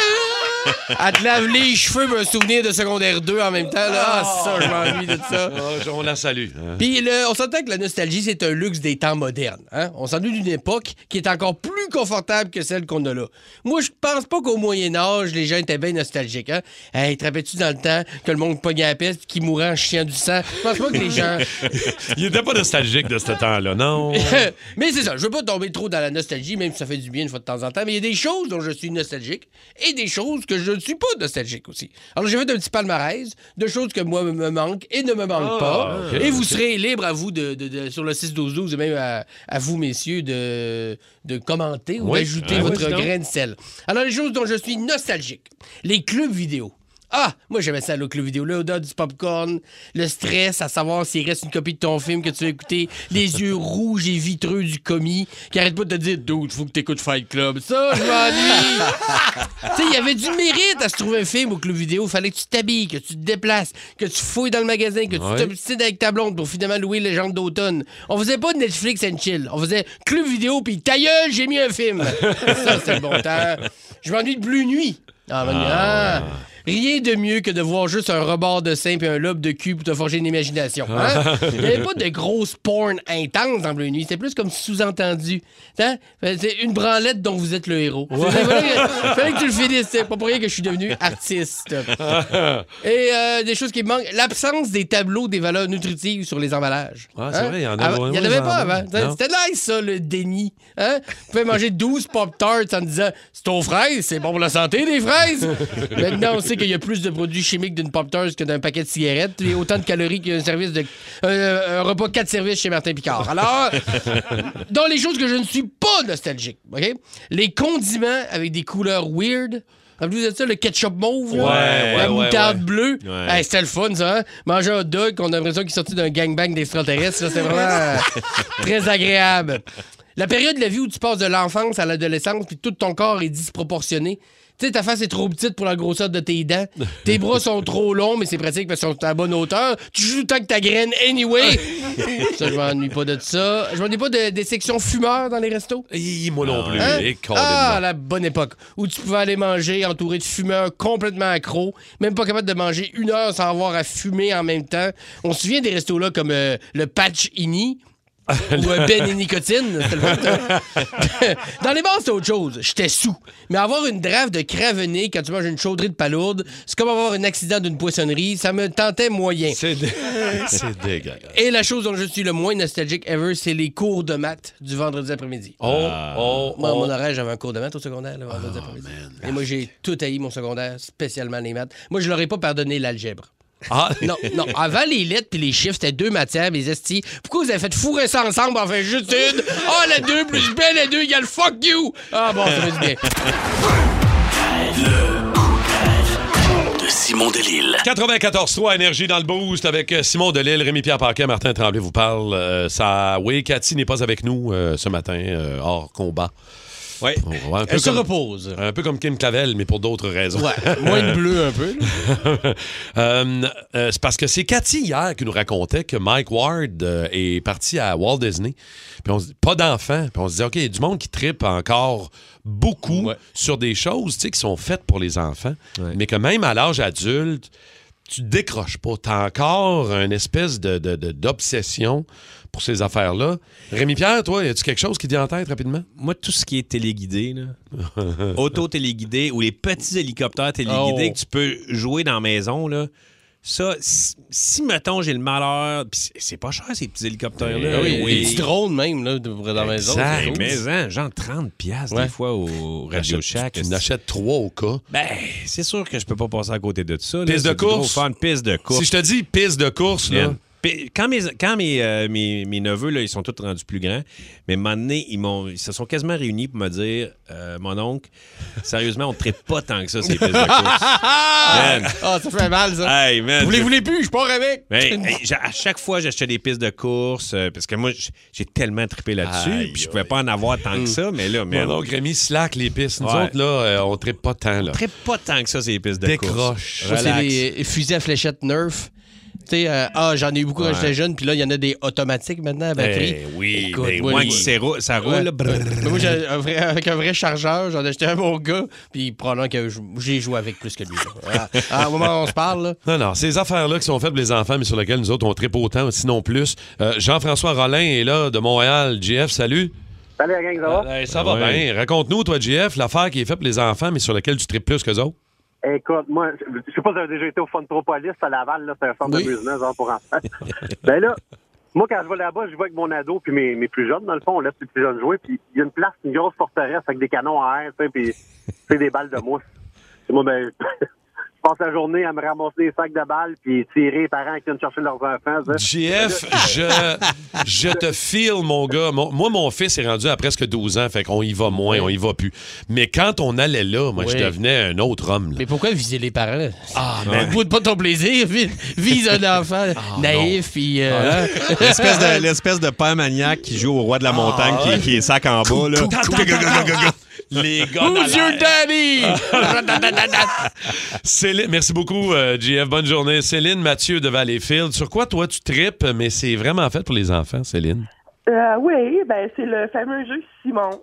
[SPEAKER 5] Elle te lave les cheveux, me souvenir de secondaire 2 en même temps. Là. Ah, ça, je m'ennuie de ça.
[SPEAKER 3] Ah, on la salue. hein.
[SPEAKER 5] Puis le- on s'entend que la nostalgie, c'est un luxe des temps modernes. hein. On s'ennuie d'une époque qui est encore plus confortable que celle qu'on a là. Moi, je pense pas qu'au Moyen-Âge, les gens étaient bien nostalgiques. Hein? Hey, te rappelles-tu dans le temps que le monde pognait la peste qui mourait en chiant du sang? Je pense pas que les gens
[SPEAKER 3] Il n'était pas nostalgique de ce temps-là, non?
[SPEAKER 5] mais c'est ça, je veux pas tomber trop dans la nostalgie, même si ça fait du bien une fois de temps en temps, mais il y a des choses dont je suis nostalgique et des choses que je ne suis pas nostalgique aussi. Alors j'ai fait un petit palmarès ah. de choses que moi me- me manquent et ne me manquent
[SPEAKER 2] Ah,
[SPEAKER 5] pas.
[SPEAKER 2] ok,
[SPEAKER 5] et vous
[SPEAKER 2] ok.
[SPEAKER 5] serez libre à vous de, de- de- sur le 6-12-12 et même à, à vous, messieurs, de, de commenter ou
[SPEAKER 2] Oui.
[SPEAKER 5] d'ajouter
[SPEAKER 2] Ah,
[SPEAKER 5] votre
[SPEAKER 2] oui, dis donc.
[SPEAKER 5] grain de sel. Alors les choses dont je suis nostalgique, les clubs vidéo. Ah, moi j'aimais ça, le club vidéo, l'odeur du popcorn, le stress à savoir s'il reste une copie de ton film que tu as écouté, les yeux rouges et vitreux du commis qui arrête pas de te dire Dude, faut que t'écoutes Fight Club. Ça, je m'ennuie. tu sais, il y avait du mérite à se trouver un film au club vidéo. Fallait que tu t'habilles, que tu te déplaces, que tu fouilles dans le magasin, que
[SPEAKER 2] Ouais.
[SPEAKER 5] tu t'obstines avec ta blonde pour finalement louer Légende d'automne. On faisait pas de Netflix and chill. On faisait club vidéo puis ta gueule, j'ai mis un film. ça, c'est le bon temps. Je m'ennuie de Blue Nuit. Ah, bonne-
[SPEAKER 2] Ah.
[SPEAKER 5] ah. Rien de mieux que de voir juste un rebord de sein et un lobe de cul pour te forger une imagination. hein? Il n'y avait pas de grosse porn intense dans Bleu Nuit. C'était plus comme sous-entendu. Hein? Fait- C'est une branlette dont vous êtes le héros. Il Fallait, que- fallait que tu le finisses. C'est pas pour rien que je suis devenu artiste. Et euh, des choses qui me manquent. L'absence des tableaux des valeurs nutritives sur les emballages.
[SPEAKER 3] Ah, c'est vrai, il y en a-
[SPEAKER 5] Avant-
[SPEAKER 3] oui,
[SPEAKER 5] Il y en
[SPEAKER 3] oui,
[SPEAKER 5] avait
[SPEAKER 3] j'en-
[SPEAKER 5] pas avant.
[SPEAKER 3] Non.
[SPEAKER 5] C'était nice, ça, le déni. Hein? Tu pouvais manger 12 Pop-Tarts en disant c'est aux fraises, c'est bon pour la santé des fraises. Maintenant, on sait qu'il y a plus de produits chimiques d'une Pop-Tart que d'un paquet de cigarettes. Il y a autant de calories qu'un service de. euh, un repas 4 services chez Martin Picard. Alors, dans les choses que je ne suis pas nostalgique, OK? Les condiments avec des couleurs weird. Rappelez-vous de ça, le ketchup mauve, là?
[SPEAKER 2] Ouais,
[SPEAKER 5] la
[SPEAKER 2] ouais, ouais,
[SPEAKER 5] moutarde
[SPEAKER 2] ouais.
[SPEAKER 5] bleue.
[SPEAKER 2] Ouais.
[SPEAKER 5] Hey, c'était le fun, ça. Hein? Manger un hot dog, on a l'impression qu'il est sorti d'un gangbang d'extraterrestres. là, C'était vraiment euh, très agréable. La période de la vie où tu passes de l'enfance à l'adolescence, puis tout ton corps est disproportionné. Tu sais, ta face est trop petite pour la grosseur de tes dents. Tes bras sont trop longs, mais c'est pratique parce qu'ils sont à la bonne hauteur. Tu joues tant que ta graine anyway. ça, je m'ennuie pas de ça. Je m'ennuie pas de- des sections fumeurs dans les restos.
[SPEAKER 3] Moi non plus. Eh,
[SPEAKER 5] Hein?
[SPEAKER 3] Et câlin de
[SPEAKER 5] Ah,
[SPEAKER 3] moi.
[SPEAKER 5] la bonne époque où tu pouvais aller manger entouré de fumeurs complètement accros, même pas capable de manger une heure sans avoir à fumer en même temps. On se souvient des restos-là comme euh, le Patch Ini ou euh, Ben et Nicotine. c'était le fun, ça. Dans les bars, c'était autre chose. J'étais sous. Mais avoir une drave de cravenée quand tu manges une chauderie de palourde, c'est comme avoir un accident d'une poissonnerie. Ça me tentait moyen.
[SPEAKER 3] C'est dégueulasse.
[SPEAKER 5] Et la chose dont je suis le moins nostalgique ever, c'est les cours de maths du vendredi après-midi.
[SPEAKER 3] Oh,
[SPEAKER 4] Ah.
[SPEAKER 3] oh,
[SPEAKER 5] Moi, à
[SPEAKER 3] oh.
[SPEAKER 5] mon horaire, j'avais un cours de maths au secondaire le vendredi après-midi. Et moi, j'ai tout haï mon secondaire, spécialement les maths. Moi, je leur ai pas pardonné l'algèbre.
[SPEAKER 3] Ah.
[SPEAKER 5] Non, non. Avant les lettres puis les chiffres, c'était deux matières, mes estis. Pourquoi vous avez fait fourrer ça ensemble en fait juste une? Ah, la deux plus belle, la deux égale fuck you! Ah bon, ça fait du bien.
[SPEAKER 2] Simon Delille.
[SPEAKER 3] 94-3 Énergie dans le boost avec euh, Simon Delille, Rémi-Pierre Paquet, Martin Tremblay vous parle. Euh, ça, oui, Cathy n'est pas avec nous euh, ce matin, euh, hors combat.
[SPEAKER 4] Oui.
[SPEAKER 5] Elle se repose.
[SPEAKER 3] Un peu comme Kim Clavel, mais pour d'autres raisons.
[SPEAKER 5] Ouais, moins de bleu un peu.
[SPEAKER 3] Euh, euh, c'est parce que c'est Cathy hier qui nous racontait que Mike Ward euh, est parti à Walt Disney. Puis on se dit, pas d'enfant. Puis on se dit, OK, il y a du monde qui tripe encore beaucoup sur des choses tu sais, qui sont faites pour les enfants. Mais que même à l'âge adulte, tu décroches pas. Tu as encore une espèce de- de- de- d'obsession pour ces affaires-là. Rémi-Pierre, toi, y a-tu quelque chose qui te vient en tête rapidement?
[SPEAKER 4] Moi, tout ce qui est téléguidé, là, auto-téléguidé ou les petits hélicoptères téléguidés
[SPEAKER 3] Oh.
[SPEAKER 4] que tu peux jouer dans la maison, là, ça, si, si, mettons, j'ai le malheur, pis c'est- c'est pas cher ces petits hélicoptères-là.
[SPEAKER 5] oui, Les petits drones même, là, de- dans la maison.
[SPEAKER 4] Exact,
[SPEAKER 5] c'est drôle.
[SPEAKER 4] mais, hein, genre 30 piastres
[SPEAKER 5] Ouais.
[SPEAKER 4] des fois au Radio
[SPEAKER 3] T'achètes-
[SPEAKER 4] Shack.
[SPEAKER 3] Tu n'achètes trois au cas.
[SPEAKER 4] Ben, c'est sûr que je peux pas passer à côté de ça. là.
[SPEAKER 3] Piste de
[SPEAKER 4] C'est du gros
[SPEAKER 3] course.
[SPEAKER 4] fun, piste de course.
[SPEAKER 3] Si je te dis piste de course, là.
[SPEAKER 4] Lynn. Puis, Quand mes, quand mes, euh, mes, mes neveux, là, ils sont tous rendus plus grands, mais à un moment donné, ils, m'ont- ils se sont quasiment réunis pour me dire euh, Mon oncle, sérieusement, on ne traite pas tant que ça ces pistes de course.
[SPEAKER 5] Ah,
[SPEAKER 4] Man.
[SPEAKER 3] Oh,
[SPEAKER 5] Ah, ça fait mal, ça.
[SPEAKER 4] Hey, man,
[SPEAKER 5] Vous les
[SPEAKER 4] je-
[SPEAKER 5] voulez plus, je pars avec.
[SPEAKER 4] Mais, hey, j'ai- à chaque fois, j'achetais des pistes de course euh, parce que moi, j'- j'ai tellement trippé là-dessus,
[SPEAKER 3] Aïe,
[SPEAKER 4] puis je pouvais pas en avoir tant que ça, mais là, man,
[SPEAKER 3] Mon oncle Rémi slack les pistes. Nous
[SPEAKER 4] Ouais.
[SPEAKER 3] autres, là, euh, on tripe pas tant, là.
[SPEAKER 4] on traite pas tant que ça ces pistes de
[SPEAKER 3] Décroche.
[SPEAKER 4] course.
[SPEAKER 5] Moi, c'est
[SPEAKER 4] Relax.
[SPEAKER 5] les fusils à fléchette Nerf. Tu sais, euh, ah, j'en ai eu beaucoup quand
[SPEAKER 4] Ouais.
[SPEAKER 5] j'étais jeune, puis là, il y en a des automatiques maintenant à batterie.
[SPEAKER 4] Eh oui,
[SPEAKER 5] Écoute,
[SPEAKER 4] mais
[SPEAKER 5] moi,
[SPEAKER 4] moi,
[SPEAKER 5] les-
[SPEAKER 4] qui ça roule, ça roule,
[SPEAKER 5] Ouais.
[SPEAKER 4] là, brrr.
[SPEAKER 5] Mais moi, j'ai un vrai- avec un vrai chargeur, j'en ai acheté un bon gars, puis probablement que je- j'ai joué avec plus que lui. là. Ah, ah, au moment où on se parle, là,
[SPEAKER 3] Non, non, ces affaires-là qui sont faites pour les enfants, mais sur lesquelles nous autres, on tripe autant, sinon plus. Euh, Jean-François Rollin est là, de Montréal. JF, salut.
[SPEAKER 13] Salut la gang, ça va?
[SPEAKER 3] Euh, ça va bien. Raconte-nous, toi, JF, l'affaire qui est faite pour les enfants, mais sur laquelle tu tripes plus qu'eux autres.
[SPEAKER 13] Écoute, moi, je je sais pas si vous avez déjà été au Funtropolis à Laval, là, c'est un centre
[SPEAKER 3] Oui.
[SPEAKER 13] d'amusement, genre pour enfants. ben là, moi, quand je vais là-bas, je vais avec mon ado puis mes, mes plus jeunes, dans le fond, on laisse les plus jeunes jouer, puis il y a une place, une grosse forteresse avec des canons à air, tu sais, puis c'est des balles de mousse. Et moi, ben, je passe la journée à me ramasser des sacs de balles puis tirer les parents qui viennent chercher leurs enfants, ça.
[SPEAKER 3] JF, je, je te file, mon gars. Mon- moi, mon fils est rendu à presque 12 ans, fait qu'on y va moins, on y va plus. Mais quand on allait là, moi, je
[SPEAKER 5] Oui.
[SPEAKER 3] devenais un autre homme. là.
[SPEAKER 5] Mais pourquoi viser les parents? là? Ah, mais
[SPEAKER 3] mais-
[SPEAKER 5] boude pas ton plaisir, vi- vise un enfant
[SPEAKER 4] Ah,
[SPEAKER 5] naïf, puis. euh,
[SPEAKER 4] Hein? L'espèce de, l'espèce de père maniaque qui joue au roi de la montagne, qui- qui, est sac en bas. Là.
[SPEAKER 3] Les gars, dans
[SPEAKER 5] Who's your
[SPEAKER 3] l'air.
[SPEAKER 5] daddy?
[SPEAKER 3] Ah. Céline, merci beaucoup, euh, JF. Bonne journée. Céline Mathieu de Valleyfield. Sur quoi, toi, tu tripes, mais c'est vraiment fait pour les enfants, Céline?
[SPEAKER 14] Euh, oui, ben c'est le fameux jeu Simon.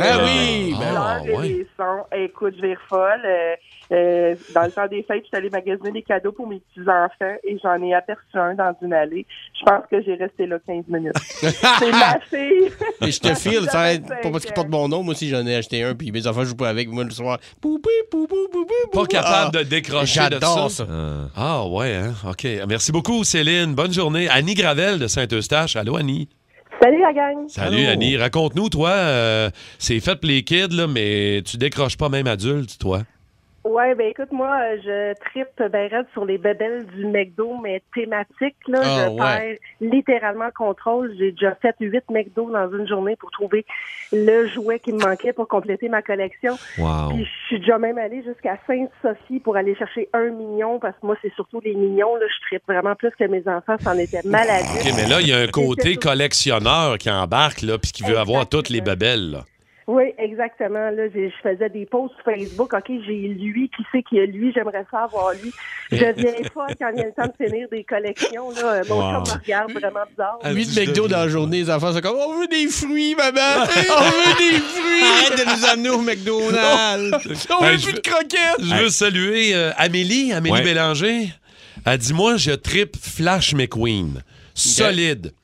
[SPEAKER 5] Ah oui, ben
[SPEAKER 14] L'heure
[SPEAKER 5] non,
[SPEAKER 14] et
[SPEAKER 5] ouais.
[SPEAKER 14] les sons. Eh, Écoute, je vais être folle. Euh, euh, dans le temps des fêtes, je suis allée magasiner des cadeaux pour mes petits-enfants et j'en ai aperçu un dans une allée. Je pense que j'ai resté là 15 minutes. c'est ma fille.
[SPEAKER 5] Mais je
[SPEAKER 4] Ah,
[SPEAKER 5] te file, ça va être
[SPEAKER 14] J'avais
[SPEAKER 5] pas parce qu'il porte mon nom. Moi aussi, j'en ai acheté un, puis mes enfants jouent pas avec moi le soir. Poupée, poupée, poupée,
[SPEAKER 3] Pas
[SPEAKER 5] poupée.
[SPEAKER 3] capable
[SPEAKER 5] Ah,
[SPEAKER 3] de décrocher de
[SPEAKER 5] J'adore ça.
[SPEAKER 3] Ah ouais, hein? OK. Merci beaucoup, Céline. Bonne journée. Annie Gravel de Saint-Eustache. Allô, Annie.
[SPEAKER 14] Salut la gang.
[SPEAKER 3] Salut, Annie. Raconte-nous, toi, euh, c'est fait pour les kids, là, mais tu décroches pas même adulte, toi.
[SPEAKER 14] Ouais, ben écoute, moi, euh, je trippe ben raide sur les bébelles du McDo, mais thématique, là,
[SPEAKER 9] Ah,
[SPEAKER 14] je
[SPEAKER 9] ouais.
[SPEAKER 14] perds littéralement le contrôle. J'ai déjà fait huit McDo dans une journée pour trouver le jouet qui me manquait pour compléter ma collection.
[SPEAKER 4] Wow.
[SPEAKER 14] Puis je suis déjà même allée jusqu'à Sainte-Sophie pour aller chercher un mignon, parce que moi, c'est surtout les mignons, là, je trippe vraiment plus que mes enfants, s'en étaient malades.
[SPEAKER 3] OK, mais là, il y a un côté collectionneur qui embarque, là, puis qui veut avoir toutes les babelles, là.
[SPEAKER 14] Oui, exactement. Là, j'ai- je faisais des posts sur Facebook. OK, j'ai lui, qui sait qui a lui, j'aimerais ça avoir lui. Je deviens folle quand il y a le temps de finir des collections. Là. Euh, Mon
[SPEAKER 5] Wow.
[SPEAKER 14] chum me regarde vraiment bizarre.
[SPEAKER 3] Ah,
[SPEAKER 5] 8 McDo dans la journée, les enfants sont comme On veut des fruits, maman! On veut des fruits!
[SPEAKER 4] Arrête de nous amener au McDonald's!
[SPEAKER 5] On veut
[SPEAKER 3] Ben, je
[SPEAKER 5] plus
[SPEAKER 3] veux-
[SPEAKER 5] de croquettes!
[SPEAKER 3] Je veux saluer euh, Amélie, Amélie
[SPEAKER 4] Ouais.
[SPEAKER 3] Bélanger. Elle dit Moi, je tripe Flash McQueen. Solide.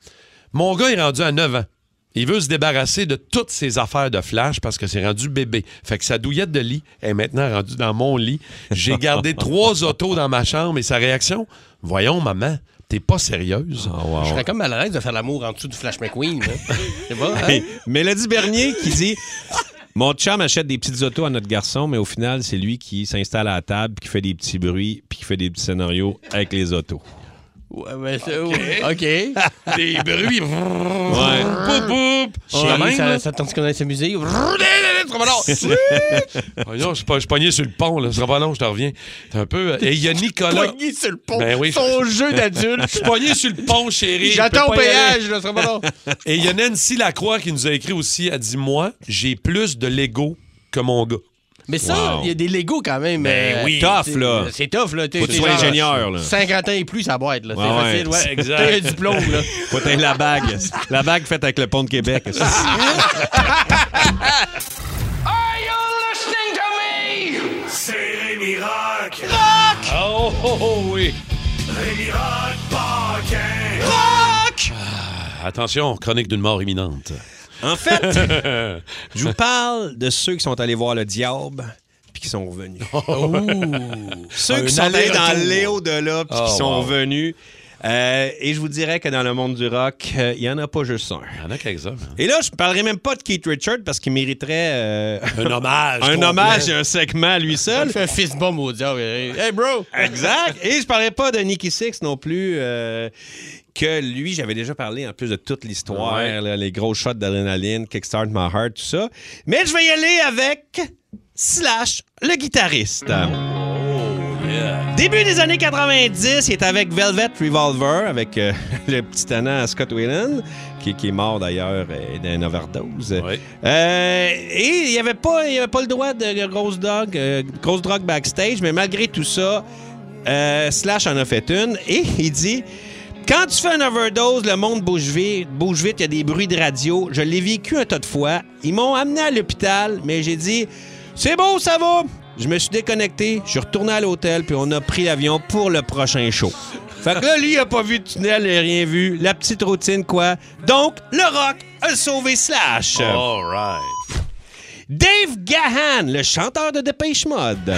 [SPEAKER 3] Mon gars est rendu à 9 ans. Il veut se débarrasser de toutes ses affaires de Flash parce que c'est rendu bébé. Fait que sa douillette de lit est maintenant rendue dans mon lit. J'ai gardé trois autos dans ma chambre et sa réaction Voyons, maman, t'es pas sérieuse.
[SPEAKER 5] Je serais comme mal à l'aise de faire l'amour en dessous du Flash McQueen. là. Je sais pas, hein?
[SPEAKER 4] Hey, Mélodie Bernier qui dit Mon chum achète des petites autos à notre garçon, mais au final, c'est lui qui s'installe à la table, puis qui fait des petits bruits, puis qui fait des petits scénarios avec les autos.
[SPEAKER 5] Ouais, mais ça, ouais. OK.
[SPEAKER 3] Des bruits. Ouais. Poup, poup. Je suis
[SPEAKER 5] Ouais,
[SPEAKER 3] la même,
[SPEAKER 5] ça,
[SPEAKER 3] là.
[SPEAKER 5] ça tente qu'on aille s'amuser.
[SPEAKER 3] Ah non, je suis pas- je suis pogné sur le pont, là. Ce sera pas long, je te reviens. T'es un peu. euh, Et il y a Nicolas.
[SPEAKER 5] Pogné sur le pont.
[SPEAKER 3] Ben oui,
[SPEAKER 5] Son
[SPEAKER 3] je-
[SPEAKER 5] jeu d'adulte.
[SPEAKER 3] Je suis pogné sur le pont, chérie.
[SPEAKER 5] J'attends
[SPEAKER 3] Je peux
[SPEAKER 5] au
[SPEAKER 3] pas y
[SPEAKER 5] péage,
[SPEAKER 3] aller.
[SPEAKER 5] là, ce sera pas long.
[SPEAKER 3] Et il y a Nancy Lacroix qui nous a écrit aussi. Elle dit Moi, j'ai plus de Lego que mon gars.
[SPEAKER 5] Mais ça, il y a des Legos quand même.
[SPEAKER 3] Ben
[SPEAKER 5] euh,
[SPEAKER 3] oui.
[SPEAKER 5] c'est-
[SPEAKER 3] Tough, là.
[SPEAKER 5] C'est tough, là.
[SPEAKER 3] Faut que tu sois ingénieur, là.
[SPEAKER 5] 50 ans et plus, ça boîte, là. C'est
[SPEAKER 4] Ouais,
[SPEAKER 5] facile,
[SPEAKER 4] ouais.
[SPEAKER 5] ouais. T'as un diplôme, là.
[SPEAKER 4] Faut t'aimer la bague. La bague faite avec le pont de Québec.
[SPEAKER 11] Are you listening to me? C'est Rémi Rock.
[SPEAKER 3] Oh, oh, oh, oui.
[SPEAKER 11] Rémi Rock Paquin.
[SPEAKER 3] Ah, Attention, chronique d'une mort imminente.
[SPEAKER 4] En fait, je vous parle de ceux qui sont allés voir le diable puis qui sont revenus.
[SPEAKER 3] Oh.
[SPEAKER 4] Ceux
[SPEAKER 3] Un
[SPEAKER 4] qui sont allés dans
[SPEAKER 3] aller-retour.
[SPEAKER 4] l'éau-delà puis
[SPEAKER 3] Oh,
[SPEAKER 4] qui sont
[SPEAKER 3] wow.
[SPEAKER 4] revenus. Euh, et je vous dirais que dans le monde du rock, euh, il y n'y en a pas juste un.
[SPEAKER 3] Il y en a quelques-uns. hein.
[SPEAKER 4] Et là, je ne parlerai même pas de Keith Richard parce qu'il mériterait euh,
[SPEAKER 3] Un hommage.
[SPEAKER 4] un
[SPEAKER 3] complet.
[SPEAKER 4] hommage euh, et un segment à lui seul.
[SPEAKER 5] Fais un fist bomb au diable. Hey, bro!
[SPEAKER 4] Exact. Et je parlais pas de Nicky Six non plus, euh, que lui, j'avais déjà parlé en plus de toute l'histoire,
[SPEAKER 3] Ouais.
[SPEAKER 4] là, les gros shots d'adrénaline, Kickstart My Heart, tout ça. Mais je vais y aller avec Slash, le guitariste. Début des années 90, il est avec Velvet Revolver, avec euh, le petit tannant Scott Whelan, qui, qui est mort d'ailleurs euh, d'une overdose. Euh, et il n'y avait, pas- il y avait pas le droit de grosse drogue, euh, grosse drogue backstage, mais malgré tout ça, euh, Slash en a fait une et il dit. Quand tu fais une overdose, le monde bouge vite, bouge vite, il y a des bruits de radio. Je l'ai vécu un tas de fois. Ils m'ont amené à l'hôpital, mais j'ai dit c'est bon, ça va. Je me suis déconnecté, je suis retourné à l'hôtel, puis on a pris l'avion pour le prochain show. Fait que là, lui, il a pas vu de tunnel, il a rien vu. La petite routine, quoi. Donc, le rock a sauvé Slash.
[SPEAKER 3] All right.
[SPEAKER 4] Dave Gahan, le chanteur de Dépêche Mode.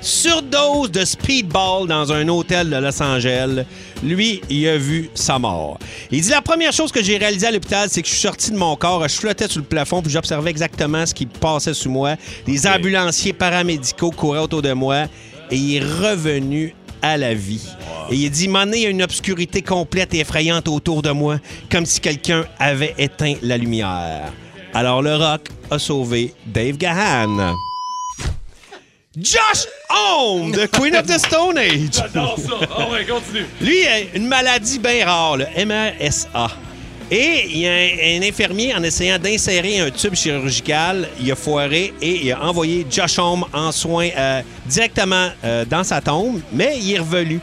[SPEAKER 4] Surdose de speedball dans un hôtel de Los Angeles. Lui, il a vu sa mort. Il dit La première chose que j'ai réalisée à l'hôpital, c'est que je suis sorti de mon corps, je flottais sur le plafond, puis j'observais exactement ce qui passait sous moi. Des ambulanciers paramédicaux couraient autour de moi, et il est revenu à la vie. Et il dit, Mané, il y a une obscurité complète et effrayante autour de moi, comme si quelqu'un avait éteint la lumière. Alors le rock a sauvé Dave Gahan. Josh Homme de Queen of the Stone Age.
[SPEAKER 3] J'adore ça. Ah ouais, continue.
[SPEAKER 4] Lui, il a une maladie bien rare, le MRSA. Et il y a un, un infirmier, en essayant d'insérer un tube chirurgical, il a foiré et il a envoyé Josh Homme en soins euh, directement euh, dans sa tombe, mais il est revenu.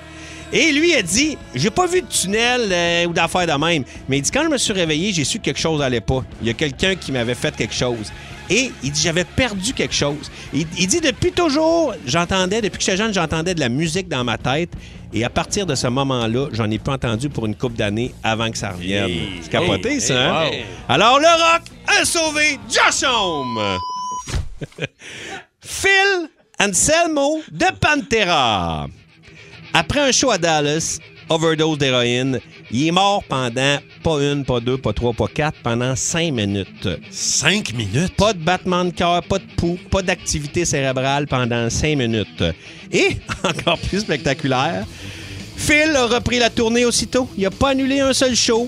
[SPEAKER 4] Et lui a dit J'ai pas vu de tunnel euh, ou d'affaires de même. Mais il dit Quand je me suis réveillé, j'ai su que quelque chose n'allait pas. Il y a quelqu'un qui m'avait fait quelque chose. Et il dit J'avais perdu quelque chose. Il, il dit Depuis toujours, j'entendais, depuis que j'étais jeune, j'entendais de la musique dans ma tête. Et à partir de ce moment-là, j'en ai plus entendu pour une couple d'années avant que ça revienne. C'est capoté,
[SPEAKER 3] hey,
[SPEAKER 4] ça. hein?
[SPEAKER 3] wow.
[SPEAKER 4] Alors, le rock a sauvé Josh Homme. Phil Anselmo de Pantera. Après un show à Dallas, overdose d'héroïne, il est mort pendant pas une, pas deux, pas trois, pas quatre, pendant cinq minutes.
[SPEAKER 3] Cinq minutes?
[SPEAKER 4] Pas de battement de cœur, pas de pouls, pas d'activité cérébrale pendant cinq minutes. Et, encore plus spectaculaire, Phil a repris la tournée aussitôt. Il n'a pas annulé un seul show.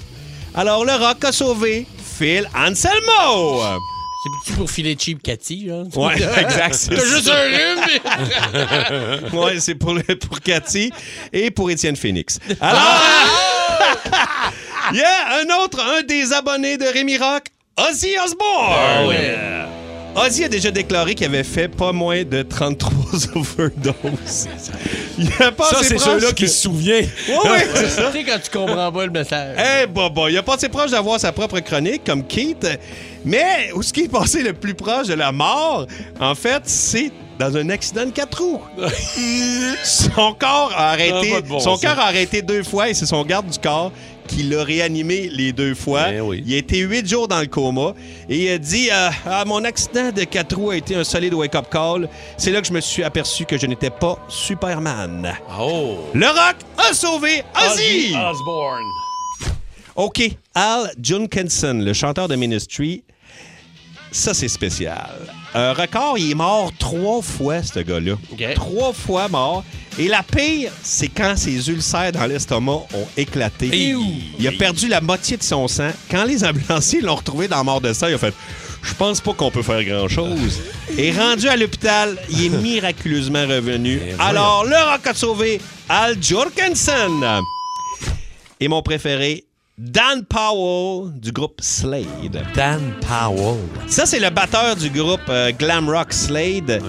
[SPEAKER 4] Alors, le rock a sauvé Phil Anselmo!
[SPEAKER 5] C'est petit pour filer cheap Cathy, là.
[SPEAKER 4] Ouais, exact, c'est
[SPEAKER 5] T'as juste
[SPEAKER 4] ça.
[SPEAKER 5] un rhume.
[SPEAKER 4] ouais, c'est pour, le- pour Cathy et pour Étienne Phoenix. Alors, il y a un autre, un des abonnés de Rémi Rock, Ozzy
[SPEAKER 3] Ah,
[SPEAKER 4] Osbourne. euh, Ozzy a déjà déclaré qu'il avait fait pas moins de 33 overdoses. Il a passé
[SPEAKER 3] Ça, c'est
[SPEAKER 4] proche
[SPEAKER 3] ceux-là
[SPEAKER 4] que-
[SPEAKER 3] qui se souviennent.
[SPEAKER 4] Ouais, ouais, c'est ça.
[SPEAKER 5] Tu sais, quand tu comprends pas le message.
[SPEAKER 4] Eh, Baba, il a passé proche d'avoir sa propre chronique, comme Keith. Mais où ce qui est passé le plus proche de la mort, en fait, c'est dans un accident de quatre roues. son corps a
[SPEAKER 3] Ça
[SPEAKER 4] arrêté,
[SPEAKER 3] va de bon
[SPEAKER 4] son
[SPEAKER 3] sens.
[SPEAKER 4] cœur a arrêté deux fois et c'est son garde du corps qui l'a réanimé les deux fois.
[SPEAKER 3] Eh
[SPEAKER 4] Il a été huit jours dans le coma et il a dit euh, Ah, Mon accident de quatre roues a été un solide wake-up call. C'est là que je me suis aperçu que je n'étais pas Superman.
[SPEAKER 3] Oh!
[SPEAKER 4] Le rock a sauvé Ozzy!
[SPEAKER 3] Osbourne.
[SPEAKER 4] OK. Al Junkinson, le chanteur de Ministry, ça c'est spécial. Un record, il est mort trois fois, ce gars-là. Trois fois mort. Et la pire, c'est quand ses ulcères dans l'estomac ont éclaté. Il a perdu la moitié de son sang. Quand les ambulanciers l'ont retrouvé dans la mort de sang, il a fait Je pense pas qu'on peut faire grand-chose. Et rendu à l'hôpital, il est miraculeusement revenu. Alors, le rocket sauvé, Al Jorgensen. Et mon préféré, Dan Powell du groupe Slade. Dan Powell. Ça, c'est le batteur du groupe euh, glam rock Slade.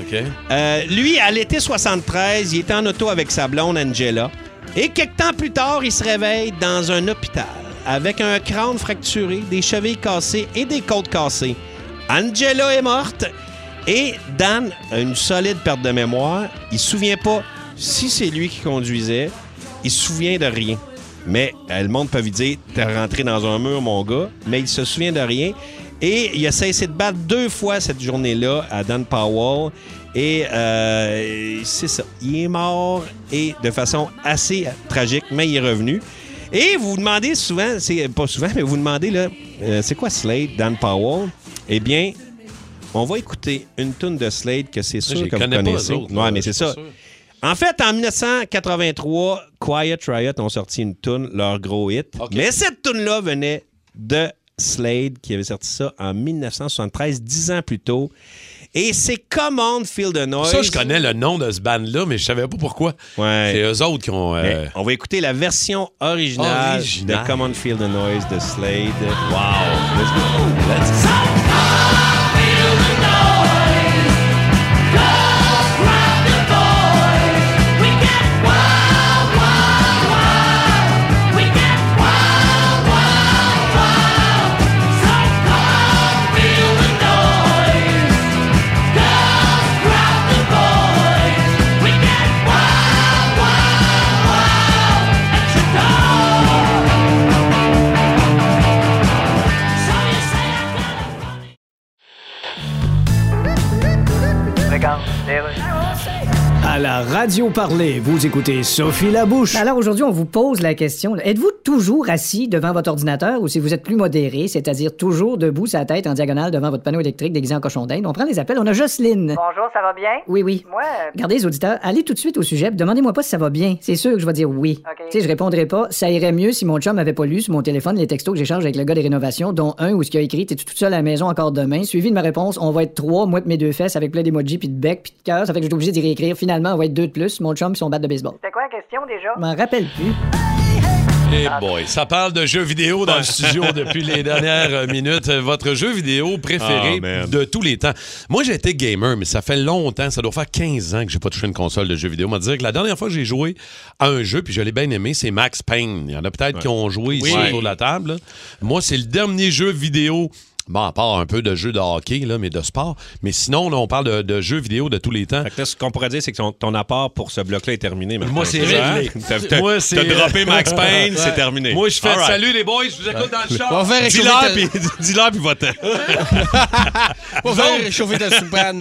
[SPEAKER 4] Euh, lui, à l'été 73, il était en auto avec sa blonde Angela. Et quelques temps plus tard, il se réveille dans un hôpital avec un crâne fracturé, des chevilles cassées et des côtes cassées. Angela est morte et Dan a une solide perte de mémoire. Il se souvient pas si c'est lui qui conduisait. Il se souvient de rien. Mais euh, le monde peut lui dire T'es rentré dans un mur, mon gars. Mais il se souvient de rien. Et il a cessé de battre deux fois cette journée-là à Dan Powell. Et euh, c'est ça. Il est mort et de façon assez tragique, mais il est revenu. Et vous vous demandez souvent, c'est euh, pas souvent, mais vous vous demandez là, euh, c'est quoi Slade, Dan Powell? Eh bien, on va écouter une tune de Slade que c'est
[SPEAKER 3] je
[SPEAKER 4] sûr
[SPEAKER 3] les
[SPEAKER 4] que vous
[SPEAKER 3] connais pas,
[SPEAKER 4] connaissez.
[SPEAKER 3] eux autres,
[SPEAKER 4] ouais,
[SPEAKER 3] là,
[SPEAKER 4] mais c'est
[SPEAKER 3] je suis pas
[SPEAKER 4] ça.
[SPEAKER 3] sûr.
[SPEAKER 4] En fait, en 1983, Quiet Riot ont sorti une tune, leur gros hit. Mais cette tune là venait de Slade, qui avait sorti ça en 1973, dix ans plus tôt. Et c'est Command Feel the Noise.
[SPEAKER 3] Ça, je connais le nom de ce band-là, mais je savais pas pourquoi. C'est eux autres qui ont. euh,
[SPEAKER 4] Mais on va écouter la version originale
[SPEAKER 3] Originale.
[SPEAKER 4] de Command Feel the Noise de Slade. Wow! Let's go. Let's go.
[SPEAKER 6] À la radio parler, vous écoutez Sophie Labouche.
[SPEAKER 7] Ben Alors aujourd'hui, on vous pose la question. là. Êtes-vous toujours assis devant votre ordinateur ou si vous êtes plus modéré, c'est-à-dire toujours debout, sa tête en diagonale devant votre panneau électrique déguisé en cochon d'Inde? On prend les appels. On a Jocelyne.
[SPEAKER 9] Bonjour, ça va bien?
[SPEAKER 7] Oui, oui.
[SPEAKER 9] Moi, euh,
[SPEAKER 7] Regardez les auditeurs, allez tout de suite au sujet, puis demandez-moi pas si ça va bien. C'est sûr que je vais dire oui. Tu sais, je répondrai pas. Ça irait mieux si mon chum avait pas lu sur mon téléphone les textos que j'échange avec le gars des rénovations, dont un où ce qu'il a écrit T'es toute seule à la maison encore demain. Suivi de ma réponse, on va être trois, moi de mes deux fesses avec plein d'emojis puis de bec puis de cœur. Ça fait que je suis obligé d'y réécrire. Finalement, on va être deux de plus, mon chum puis son bat de baseball.
[SPEAKER 9] c'était quoi la question déjà?
[SPEAKER 7] Je m'en rappelle plus.
[SPEAKER 3] Eh boy, ça parle de jeux vidéo dans le studio depuis les dernières euh, minutes. Euh, Votre jeu vidéo préféré
[SPEAKER 4] Ah, man.
[SPEAKER 3] de tous les temps. Moi, j'ai été gamer, mais ça fait longtemps, ça doit faire 15 ans que j'ai pas touché une console de jeux vidéo. On va dire que la dernière fois que j'ai joué à un jeu, puis je l'ai bien aimé, c'est Max Payne. Il y en a peut-être qui ont joué ici
[SPEAKER 4] Oui.
[SPEAKER 3] autour de la table. là. Moi, c'est le dernier jeu vidéo. Bon, à part un peu de jeux de hockey, là, mais de sport. Mais sinon, là, on parle de, de jeux vidéo de tous les temps.
[SPEAKER 4] ce qu'on pourrait dire, c'est que ton, ton apport pour ce bloc-là est terminé. maintenant.
[SPEAKER 3] Moi, c'est
[SPEAKER 4] ça?
[SPEAKER 3] réglé.
[SPEAKER 4] T'as- T'as
[SPEAKER 3] Moi, c'est-
[SPEAKER 4] t'as droppé Max Payne,
[SPEAKER 3] Ouais.
[SPEAKER 4] c'est terminé.
[SPEAKER 3] Moi, je fais
[SPEAKER 4] All right.
[SPEAKER 3] salut les boys, je vous écoute dans le chat.
[SPEAKER 4] On va faire
[SPEAKER 3] Dis-leur,
[SPEAKER 4] réchauffer
[SPEAKER 3] puis-
[SPEAKER 4] Dis-leur, puis va-t'en.
[SPEAKER 5] On va faire chauffer ta soupane.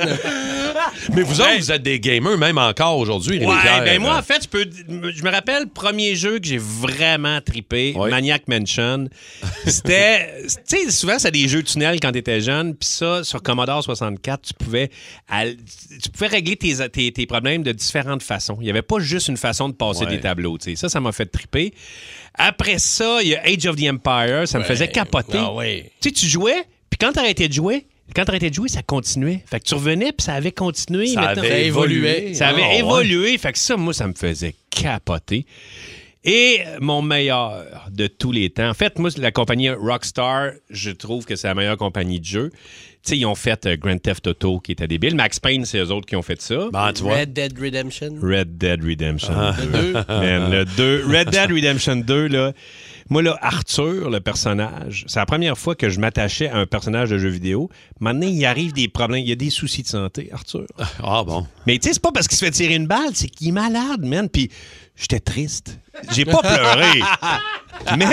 [SPEAKER 3] Mais vous autres, vous êtes des gamers même encore aujourd'hui. euh,
[SPEAKER 4] Ouais,
[SPEAKER 3] Rémi-Pierre.
[SPEAKER 4] ben moi, en fait, je, peux, je me rappelle, premier jeu que j'ai vraiment trippé, Maniac Mansion. C'était. tu sais, souvent, c'est des jeux tunnels quand t'étais jeune. Puis ça, sur Commodore 64, tu pouvais, al- tu pouvais régler tes, tes- tes problèmes de différentes façons. Il n'y avait pas juste une façon de passer
[SPEAKER 3] Ouais.
[SPEAKER 4] des tableaux. tu sais. Ça, ça m'a fait triper. Après ça, il y a Age of the Empire. Ça me
[SPEAKER 3] Ouais.
[SPEAKER 4] faisait capoter.
[SPEAKER 3] Ah ouais.
[SPEAKER 4] Tu sais, tu jouais, puis quand t'arrêtais de jouer, quand t'arrêtais de jouer, ça continuait. Fait que tu revenais, puis ça avait continué.
[SPEAKER 3] Ça
[SPEAKER 4] mettons.
[SPEAKER 3] avait Ça évolué.
[SPEAKER 4] Ça avait
[SPEAKER 3] Ah, ouais.
[SPEAKER 4] évolué. Fait que ça, moi, ça me faisait capoter. Et mon meilleur de tous les temps. En fait, moi, la compagnie Rockstar, je trouve que c'est la meilleure compagnie de jeu. Tu sais, ils ont fait euh, Grand Theft Auto, qui était débile. Max Payne, c'est eux autres qui ont fait ça.
[SPEAKER 3] Ben,
[SPEAKER 5] tu vois. Red Dead Redemption.
[SPEAKER 4] Red Dead Redemption
[SPEAKER 5] Ah.
[SPEAKER 4] 2.
[SPEAKER 5] Le deux.
[SPEAKER 4] Man, le 2. Red Dead Redemption 2, là. Moi, là, Arthur, le personnage, c'est la première fois que je m'attachais à un personnage de jeu vidéo. Maintenant, il arrive des problèmes. Il y a des soucis de santé, Arthur.
[SPEAKER 3] Ah bon?
[SPEAKER 4] Mais tu sais, c'est pas parce qu'il se fait tirer une balle, c'est qu'il est malade, man. Puis j'étais triste. J'ai pas pleuré. Mais,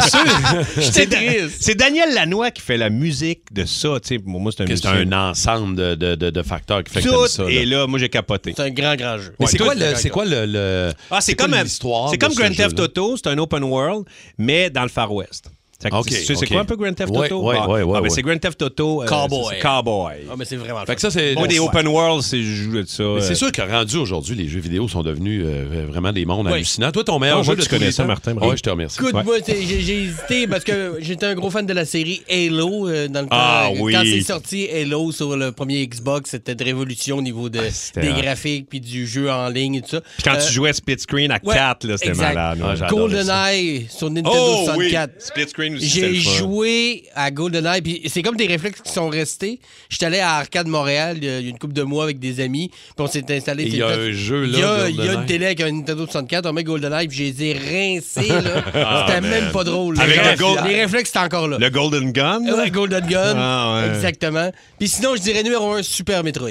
[SPEAKER 3] sûr.
[SPEAKER 4] C'est Da- c'est Daniel Lannoy qui fait la musique de ça. tu sais. Pour moi, c'est un
[SPEAKER 3] Que c'est
[SPEAKER 4] musicien.
[SPEAKER 3] un ensemble de, de- de- de facteurs qui fait que
[SPEAKER 4] Tout
[SPEAKER 3] t'aimes ça.
[SPEAKER 4] est là. Moi, j'ai capoté.
[SPEAKER 5] C'est un grand, grand jeu.
[SPEAKER 3] Mais c'est
[SPEAKER 4] Ouais,
[SPEAKER 3] quoi,
[SPEAKER 4] tout
[SPEAKER 3] le,
[SPEAKER 4] est
[SPEAKER 3] c'est quoi le, le-
[SPEAKER 4] Ah, c'est comme
[SPEAKER 3] quoi
[SPEAKER 4] un-
[SPEAKER 3] l'histoire
[SPEAKER 4] C'est
[SPEAKER 3] de
[SPEAKER 4] comme
[SPEAKER 3] ce
[SPEAKER 4] Grand Theft
[SPEAKER 3] jeu-là?
[SPEAKER 4] Auto, c'est un open world, mais dans le Far West. Ça-
[SPEAKER 3] Ok,
[SPEAKER 4] tu sais, C'est
[SPEAKER 3] ok.
[SPEAKER 4] quoi un peu Grand Theft
[SPEAKER 3] Ouais,
[SPEAKER 4] Auto?
[SPEAKER 3] ouais,
[SPEAKER 4] Ah,
[SPEAKER 3] ouais, ouais,
[SPEAKER 4] ah, ben,
[SPEAKER 3] ouais.
[SPEAKER 4] c'est Grand Theft Auto. euh,
[SPEAKER 5] Cowboy.
[SPEAKER 4] c'est- c'est Cowboy.
[SPEAKER 5] Ah, mais c'est vraiment
[SPEAKER 3] Fait que ça, c'est-
[SPEAKER 4] Moi, des
[SPEAKER 3] Bon,
[SPEAKER 4] open world, c'est je joue de ça.
[SPEAKER 3] Mais
[SPEAKER 4] euh,
[SPEAKER 3] c'est sûr que rendu aujourd'hui, les jeux vidéo sont devenus euh, vraiment des mondes hallucinants. Toi, ton meilleur
[SPEAKER 4] Ah, on
[SPEAKER 3] jeu
[SPEAKER 4] voit
[SPEAKER 3] de
[SPEAKER 4] que tu connais ça, Martin, bravo.
[SPEAKER 3] Oui, je te remercie.
[SPEAKER 5] Écoute,
[SPEAKER 3] Ah Ouais.
[SPEAKER 5] moi, t'es- j'ai j'ai hésité parce que j'étais un gros fan de la série Halo. euh, dans le temps,
[SPEAKER 3] Ah
[SPEAKER 5] euh,
[SPEAKER 3] oui.
[SPEAKER 5] Quand c'est sorti Halo sur le premier Xbox, c'était de révolution au niveau de, des
[SPEAKER 4] hot.
[SPEAKER 5] graphiques puis du jeu en ligne et tout ça.
[SPEAKER 4] Puis quand
[SPEAKER 5] Euh,
[SPEAKER 4] tu jouais split screen à
[SPEAKER 5] ouais,
[SPEAKER 4] 4, là, c'était
[SPEAKER 5] exact.
[SPEAKER 4] malade.
[SPEAKER 3] Ah,
[SPEAKER 4] ouais, j'adorais ça.
[SPEAKER 5] GoldenEye sur Nintendo
[SPEAKER 4] Oh, oui.
[SPEAKER 5] 64.
[SPEAKER 4] Split screen aussi, c'était
[SPEAKER 5] J'ai
[SPEAKER 4] le fun.
[SPEAKER 5] joué à GoldenEye, puis c'est comme des réflexes qui sont restés. J'étais allé à Arcade Montréal il y a il y a une couple de mois avec des amis, puis on s'est installé.
[SPEAKER 3] Et il y a un jeu, là,
[SPEAKER 5] Il y a- Il y a
[SPEAKER 3] GoldenEye.
[SPEAKER 5] une télé avec un Nintendo 64, on met GoldenEye, puis je les ai rincés, là.
[SPEAKER 4] Ah,
[SPEAKER 5] C'était
[SPEAKER 4] man.
[SPEAKER 5] même pas drôle. là.
[SPEAKER 4] Avec
[SPEAKER 5] Les
[SPEAKER 4] le gold-
[SPEAKER 5] réflexes- Les réflexes, c'était encore là.
[SPEAKER 4] Le Golden Gun?
[SPEAKER 5] Euh, Ouais, Golden Gun.
[SPEAKER 4] Ah, ouais.
[SPEAKER 5] Exactement. Puis sinon, je dirais numéro un, Super Metroid.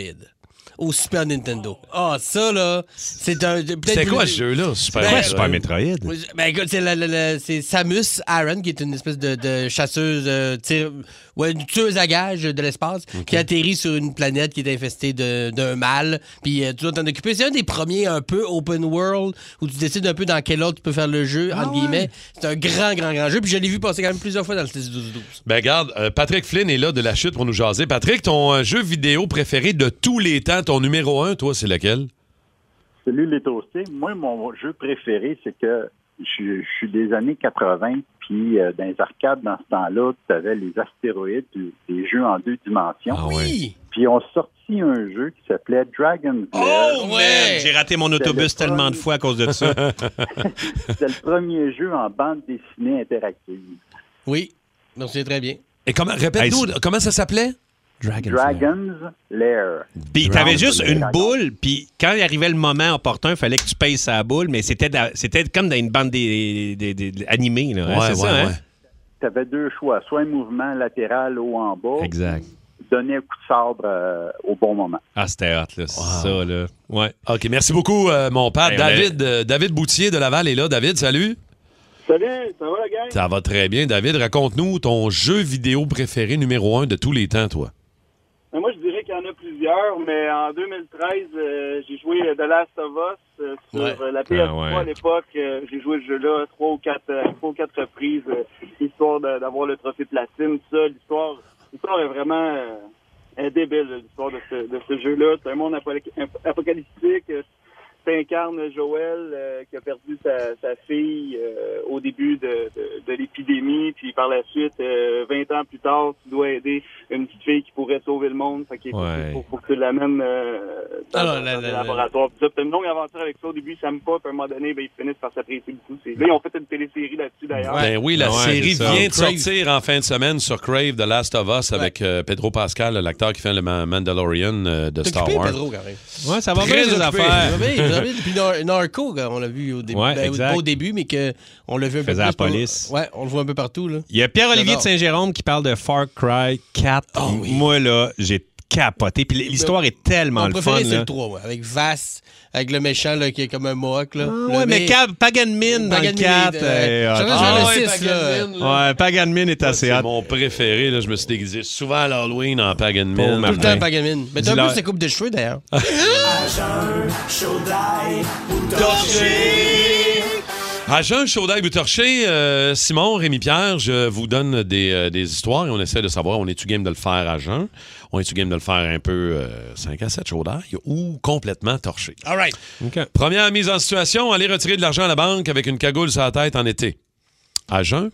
[SPEAKER 5] Au Super Nintendo. Ah, ça, là, c'est un.
[SPEAKER 3] C'était
[SPEAKER 5] peut-être-
[SPEAKER 3] quoi ce jeu-là? Super,
[SPEAKER 5] Ben,
[SPEAKER 3] Metroid?
[SPEAKER 5] Super
[SPEAKER 4] Metroid?
[SPEAKER 5] oui, je- Ben écoute, c'est, la- la- la- c'est Samus Aran, qui est une espèce de, de chasseuse, euh, tire- ouais, une tueuse à gages de l'espace, qui atterrit sur une planète qui est infestée de- d'un mal. Puis euh, tu dois t'en occuper. C'est un des premiers un peu open world où tu décides un peu dans quel ordre tu peux faire le jeu,
[SPEAKER 3] Ah
[SPEAKER 5] entre guillemets. C'est un grand, grand, grand jeu. Puis je l'ai vu passer quand même plusieurs fois dans le 6 12 12
[SPEAKER 3] Ben regarde, euh, Patrick Flynn est là de la chute pour nous jaser. Patrick, ton euh, jeu vidéo préféré de tous les temps, ton numéro un, toi, c'est lequel?
[SPEAKER 9] Salut les toastés. Moi, mon jeu préféré, c'est que je, je suis des années 80, puis euh, dans les arcades, dans ce temps-là, tu avais les astéroïdes, puis des jeux en deux dimensions.
[SPEAKER 4] Ah
[SPEAKER 5] oui!
[SPEAKER 9] Puis on sortit un jeu qui s'appelait Dragon's Lair.
[SPEAKER 4] Oh, man! J'ai raté mon
[SPEAKER 9] C'était
[SPEAKER 4] autobus
[SPEAKER 9] le
[SPEAKER 4] tellement de
[SPEAKER 9] premier-
[SPEAKER 4] fois à cause de ça.
[SPEAKER 9] C'était le premier jeu en bande dessinée interactive.
[SPEAKER 5] Oui, donc c'est très bien.
[SPEAKER 3] Et comment, répète-nous, comment ça s'appelait?
[SPEAKER 9] Dragon's Lair.
[SPEAKER 4] Puis t'avais juste une
[SPEAKER 9] Dragon's
[SPEAKER 4] boule, puis quand il arrivait le moment opportun, il fallait que tu payes sa boule, mais c'était da- c'était comme dans une bande des, des- des- des- animée, là. hein,
[SPEAKER 9] Ouais,
[SPEAKER 4] c'est
[SPEAKER 9] ouais,
[SPEAKER 4] ça, hein?
[SPEAKER 9] ouais. tu avais deux choix, soit un mouvement latéral haut en bas,
[SPEAKER 4] Exact.
[SPEAKER 9] donner un coup de sabre euh, au bon moment.
[SPEAKER 4] Ah, c'était hot, là, c'est ça, là. Ouais.
[SPEAKER 3] OK, merci beaucoup, euh, mon père.
[SPEAKER 4] Hey, on est-
[SPEAKER 3] David, euh, David Boutier de Laval est là. David, salut.
[SPEAKER 15] Salut, ça va la gang?
[SPEAKER 3] Ça va très bien. David, raconte-nous ton jeu vidéo préféré numéro un de tous les temps, toi.
[SPEAKER 15] Ben, moi, je dirais qu'il y en a plusieurs, mais en 2013, euh, j'ai joué The Last of Us euh, sur
[SPEAKER 3] Ouais.
[SPEAKER 15] euh, la PS3
[SPEAKER 3] Ah ouais.
[SPEAKER 15] à l'époque. Euh, j'ai joué ce jeu-là trois ou quatre, euh, trois ou quatre reprises, euh, histoire de- d'avoir le trophée platine, tout ça. L'histoire, l'histoire est vraiment euh, est débile, là, l'histoire de ce, de ce jeu-là. C'est un monde apoca- ap- apocalyptique. Euh, T'incarnes Joël euh, qui a perdu sa, sa fille euh, au début de, de- de l'épidémie, puis par la suite, euh, 20 ans plus tard, tu dois aider une petite fille qui pourrait sauver le monde. Fait qu'il faut-
[SPEAKER 11] Ouais.
[SPEAKER 15] faut, faut que tu l'amènes euh, dans,
[SPEAKER 11] Ah,
[SPEAKER 15] dans
[SPEAKER 11] là,
[SPEAKER 15] le
[SPEAKER 11] là, là,
[SPEAKER 15] laboratoire. Puis ça, C'était une longue aventure avec ça. Au début, ça me pas, puis à un moment donné, ben, ils finissent par s'apprécier beaucoup. C'est- Là, ils ont fait une télésérie là-dessus,
[SPEAKER 5] Ah
[SPEAKER 15] d'ailleurs.
[SPEAKER 3] Ben oui, la
[SPEAKER 4] Ouais,
[SPEAKER 3] série
[SPEAKER 4] c'est ça.
[SPEAKER 3] vient de
[SPEAKER 4] Crave.
[SPEAKER 3] sortir en fin de semaine sur Crave, The Last of Us, avec euh, Pedro Pascal, l'acteur qui fait le Ma- Mandalorian euh, de Star
[SPEAKER 5] Occupé,
[SPEAKER 3] Wars.
[SPEAKER 5] Pedro, quand même.
[SPEAKER 4] Ouais, ça va
[SPEAKER 5] Très
[SPEAKER 4] bien, les
[SPEAKER 5] occupé.
[SPEAKER 4] affaires.
[SPEAKER 5] Ça va bien, ça va bien. Puis Nar- Narco, quand on l'a vu au début.
[SPEAKER 4] Ouais,
[SPEAKER 5] Ben,
[SPEAKER 4] exact.
[SPEAKER 5] pas au début, mais qu'on l'a vu un peu
[SPEAKER 4] Faisait la
[SPEAKER 5] plus par-
[SPEAKER 4] police.
[SPEAKER 5] Ouais, on le voit un peu partout, là.
[SPEAKER 4] Il y a Pierre-Olivier
[SPEAKER 5] J'adore. Ah
[SPEAKER 4] de Saint-Jérôme qui parle de Far Cry 4. Moi, là, j'ai capoté. Puis l'histoire est tellement
[SPEAKER 5] Mon
[SPEAKER 4] le fun,
[SPEAKER 5] préféré, c'est
[SPEAKER 4] là.
[SPEAKER 5] le 3, ouais, avec Vass, avec le méchant là, qui est comme un Mohawk. Là.
[SPEAKER 4] Ouais, mais Cab- Paganmin dans le 4. euh,
[SPEAKER 5] J'en ai
[SPEAKER 4] ah,
[SPEAKER 5] le
[SPEAKER 4] ouais,
[SPEAKER 5] 6, là.
[SPEAKER 4] Ouais, Paganmin est assez
[SPEAKER 3] C'est
[SPEAKER 4] hot.
[SPEAKER 3] mon préféré. Là, je me suis déguisé souvent à l'Halloween en Pagan
[SPEAKER 4] Pauvre
[SPEAKER 3] Mill.
[SPEAKER 4] Martin.
[SPEAKER 5] Tout le temps Paganmin. Mais t'as un
[SPEAKER 3] Dis-leur.
[SPEAKER 5] peu sa coupe de cheveux, d'ailleurs.
[SPEAKER 3] À jeun, chaud d'ail, Butorché, euh, Simon, Rémi-Pierre, je vous donne des, euh, des histoires et on essaie de savoir, on est-tu game de le faire à jeun? On est-tu game de le faire un peu euh, 5 à 7 chaud d'ail ou complètement torché?
[SPEAKER 5] All right.
[SPEAKER 3] Première mise en situation, aller retirer de l'argent à la banque avec une cagoule sur la tête en été. À jeun,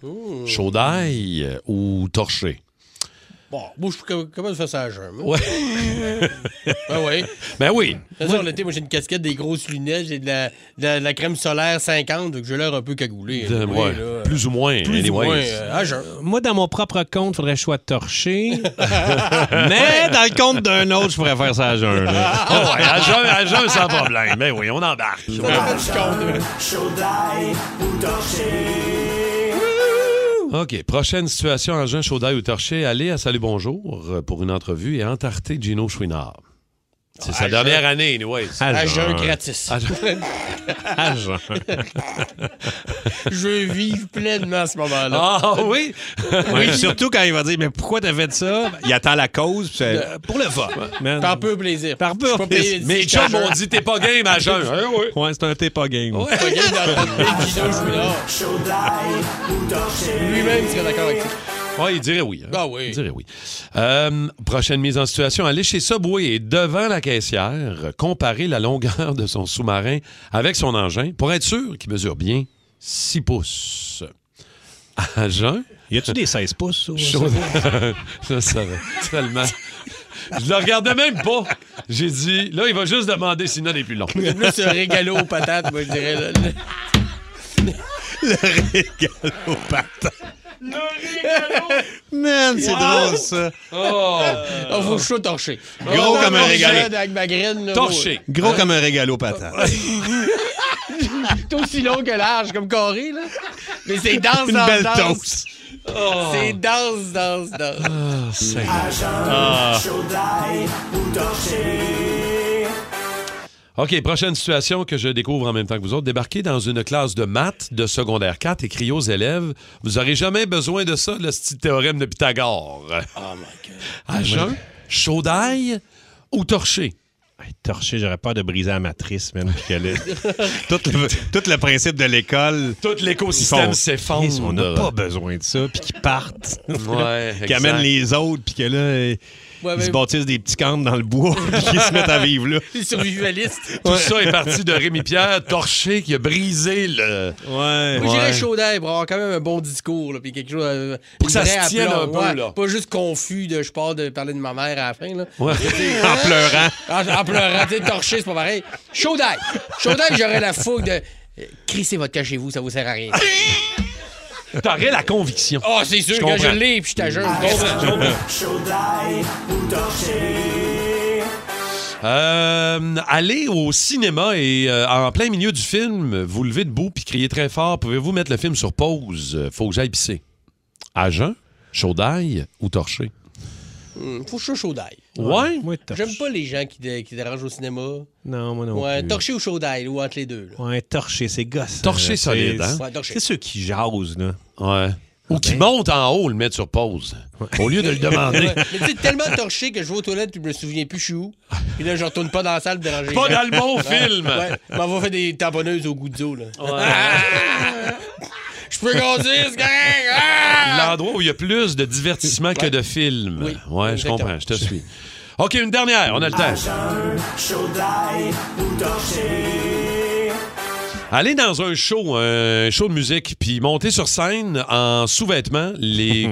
[SPEAKER 3] chaud d'ail euh, ou torché?
[SPEAKER 5] Bon, moi, je suis comme- capable de faire ça à jeun. moi.
[SPEAKER 3] Ouais.
[SPEAKER 5] ben oui.
[SPEAKER 3] Ben oui.
[SPEAKER 5] Ça, sur l'été, moi, j'ai une casquette, des grosses lunettes, j'ai de la, de la- de la crème solaire 50, donc j'ai l'air un peu cagoulé.
[SPEAKER 3] De-
[SPEAKER 5] anyway,
[SPEAKER 3] ouais,
[SPEAKER 5] là.
[SPEAKER 3] plus ou moins.
[SPEAKER 5] Plus ou
[SPEAKER 3] anyways.
[SPEAKER 5] moins, euh, à jeun.
[SPEAKER 4] Moi, dans mon propre compte, faudrait que je sois torché. Mais dans le compte d'un autre, je pourrais faire ça à jeun. là.
[SPEAKER 3] Ah ouais, à jeun, à jeun, sans problème. Ben oui, on embarque. OK. Prochaine situation en jeun, Chaudaille ou Torché. Allez à Salut Bonjour euh, pour une entrevue et entarter Gino Chouinard. C'est sa dernière année, anyway.
[SPEAKER 5] À jeun gratis.
[SPEAKER 4] Ah,
[SPEAKER 3] À jeun. À jeun.
[SPEAKER 5] Je veux vivre pleinement ce moment-là.
[SPEAKER 4] Ah oui?
[SPEAKER 5] Oui.
[SPEAKER 4] Surtout quand il va dire, mais pourquoi t'as fait ça? Il attend la cause. puis c'est-
[SPEAKER 5] Euh,
[SPEAKER 4] pour le fun. Man.
[SPEAKER 5] Par peu plaisir.
[SPEAKER 4] Par peu plaisir.
[SPEAKER 5] Mes chums m'ont dit
[SPEAKER 3] t'es pas game à jeun. Hein,
[SPEAKER 4] ouais, c'est un t'es pas game.
[SPEAKER 5] Lui-même serait d'accord avec ça.
[SPEAKER 3] Ouais, il dirait oui. hein.
[SPEAKER 5] Ah oui.
[SPEAKER 3] Il dirait oui. Euh, prochaine mise en situation. Aller chez Subway et devant la caissière, comparer la longueur de son sous-marin avec son engin pour être sûr qu'il mesure bien 6 pouces. À jeun.
[SPEAKER 4] Y a-tu des 16 pouces? ça, au
[SPEAKER 3] Chose-
[SPEAKER 4] Subway?
[SPEAKER 3] ça, ça va tellement. Je le regardais même pas. J'ai dit, là, il va juste demander s'il en est plus long.
[SPEAKER 5] C'est plus un régalo aux patates, moi, je dirais. là. Le,
[SPEAKER 4] régalo aux patates.
[SPEAKER 5] Man,
[SPEAKER 4] c'est drôle, ça.
[SPEAKER 5] Oh! faut que je sois torché.
[SPEAKER 4] Gros comme un régalo.
[SPEAKER 5] Avec ma graine, là, ouais.
[SPEAKER 4] Gros comme un régalo patate.
[SPEAKER 5] C'est aussi long que large, comme carré, là. Mais c'est dense,
[SPEAKER 4] Une
[SPEAKER 5] dense,
[SPEAKER 4] belle
[SPEAKER 5] dense.
[SPEAKER 4] toast.
[SPEAKER 5] Oh. C'est dense, dense, dense.
[SPEAKER 3] Ah.
[SPEAKER 11] torché.
[SPEAKER 3] OK, prochaine situation que je découvre en même temps que vous autres. Débarquez dans une classe de maths de secondaire 4 et criez aux élèves Vous aurez jamais besoin de ça, le petit théorème de Pythagore. Oh my God. À jeun, chaud d'ail ou torché
[SPEAKER 4] Torché, j'aurais peur de briser la matrice, même. Puis qu'elle est- tout, le, tout le principe de l'école.
[SPEAKER 3] Tout l'écosystème
[SPEAKER 4] ils font-
[SPEAKER 3] s'effondre.
[SPEAKER 4] Chris, On n'a pas besoin de ça. Puis qu'ils partent.
[SPEAKER 3] Ouais,
[SPEAKER 4] qu'ils
[SPEAKER 3] exact.
[SPEAKER 4] amènent les autres. Puis que là,
[SPEAKER 5] Ouais,
[SPEAKER 4] ils
[SPEAKER 5] mais-
[SPEAKER 4] se bâtissent des petits camps dans le bois. Puis qu'ils se mettent à vivre là.
[SPEAKER 5] Les survivalistes.
[SPEAKER 3] Tout ça est parti de Rémi Pierre, torché, qui a brisé le.
[SPEAKER 4] Ouais.
[SPEAKER 5] Moi, j'irais chaud d'air pour avoir quand même un bon discours, là, puis quelque chose. euh,
[SPEAKER 3] Pour que
[SPEAKER 5] une
[SPEAKER 3] ça
[SPEAKER 5] vraie
[SPEAKER 3] se tienne
[SPEAKER 5] aplomb,
[SPEAKER 3] un peu,
[SPEAKER 5] ouais.
[SPEAKER 3] là.
[SPEAKER 5] Pas juste confus de je pars de parler de ma mère à la fin, là.
[SPEAKER 3] Ouais.
[SPEAKER 4] En pleurant.
[SPEAKER 5] En, en pleurant, tu sais, torché, c'est pas pareil. Chaud d'ail. Chaud d'ail, j'aurais la fougue de. euh, Crissez votre cas chez vous, ça vous sert à rien.
[SPEAKER 3] T'aurais la conviction.
[SPEAKER 5] Ah, c'est sûr,
[SPEAKER 3] Je
[SPEAKER 5] quand je
[SPEAKER 3] comprends.
[SPEAKER 5] l'ai, puis je t'ajoute. je comprends.
[SPEAKER 3] Euh, allez au cinéma et euh, en plein milieu du film, vous levez debout puis criez très fort. Pouvez-vous mettre le film sur pause? Euh, Faut que j'aille pisser. À jeun, chaud d'ail ou torché?
[SPEAKER 5] Hum, Faut que je sois chaud d'ail.
[SPEAKER 3] Mm. Ouais?
[SPEAKER 5] J'aime pas les gens qui, dé- qui dérangent au cinéma.
[SPEAKER 4] Non, moi non.
[SPEAKER 5] Ouais,
[SPEAKER 4] plus.
[SPEAKER 5] torché ou chaud d'ail, ou entre les deux. là.
[SPEAKER 4] Ouais, torché, c'est gosse.
[SPEAKER 3] Torché
[SPEAKER 4] là,
[SPEAKER 3] solide,
[SPEAKER 4] euh, c'est-
[SPEAKER 3] hein?
[SPEAKER 5] Ouais, torché.
[SPEAKER 4] C'est ceux qui jasent, là. Ben.
[SPEAKER 3] Ouais. Ou qui monte en haut, le mettre sur pause. Au lieu de le demander.
[SPEAKER 5] Ouais, Mais tu sais, tellement torché que je vais aux toilettes puis je me souviens plus je suis où. Puis là, je retourne pas dans la salle pour déranger.
[SPEAKER 3] Pas
[SPEAKER 5] les gens.
[SPEAKER 3] dans le bon
[SPEAKER 5] Ouais,
[SPEAKER 3] film.
[SPEAKER 5] Ouais, m'en va faire des tamponneuses au goût d'eau, là. Ah! Je peux conduire, c'est correct! Ah!
[SPEAKER 3] L'endroit où il y a plus de divertissement que de films.
[SPEAKER 5] Oui,
[SPEAKER 3] ouais, je
[SPEAKER 5] exactement.
[SPEAKER 3] comprends, je te suis. OK, une dernière, on a le temps. Aller dans un show, un show de musique, puis monter sur scène en sous-vêtements, les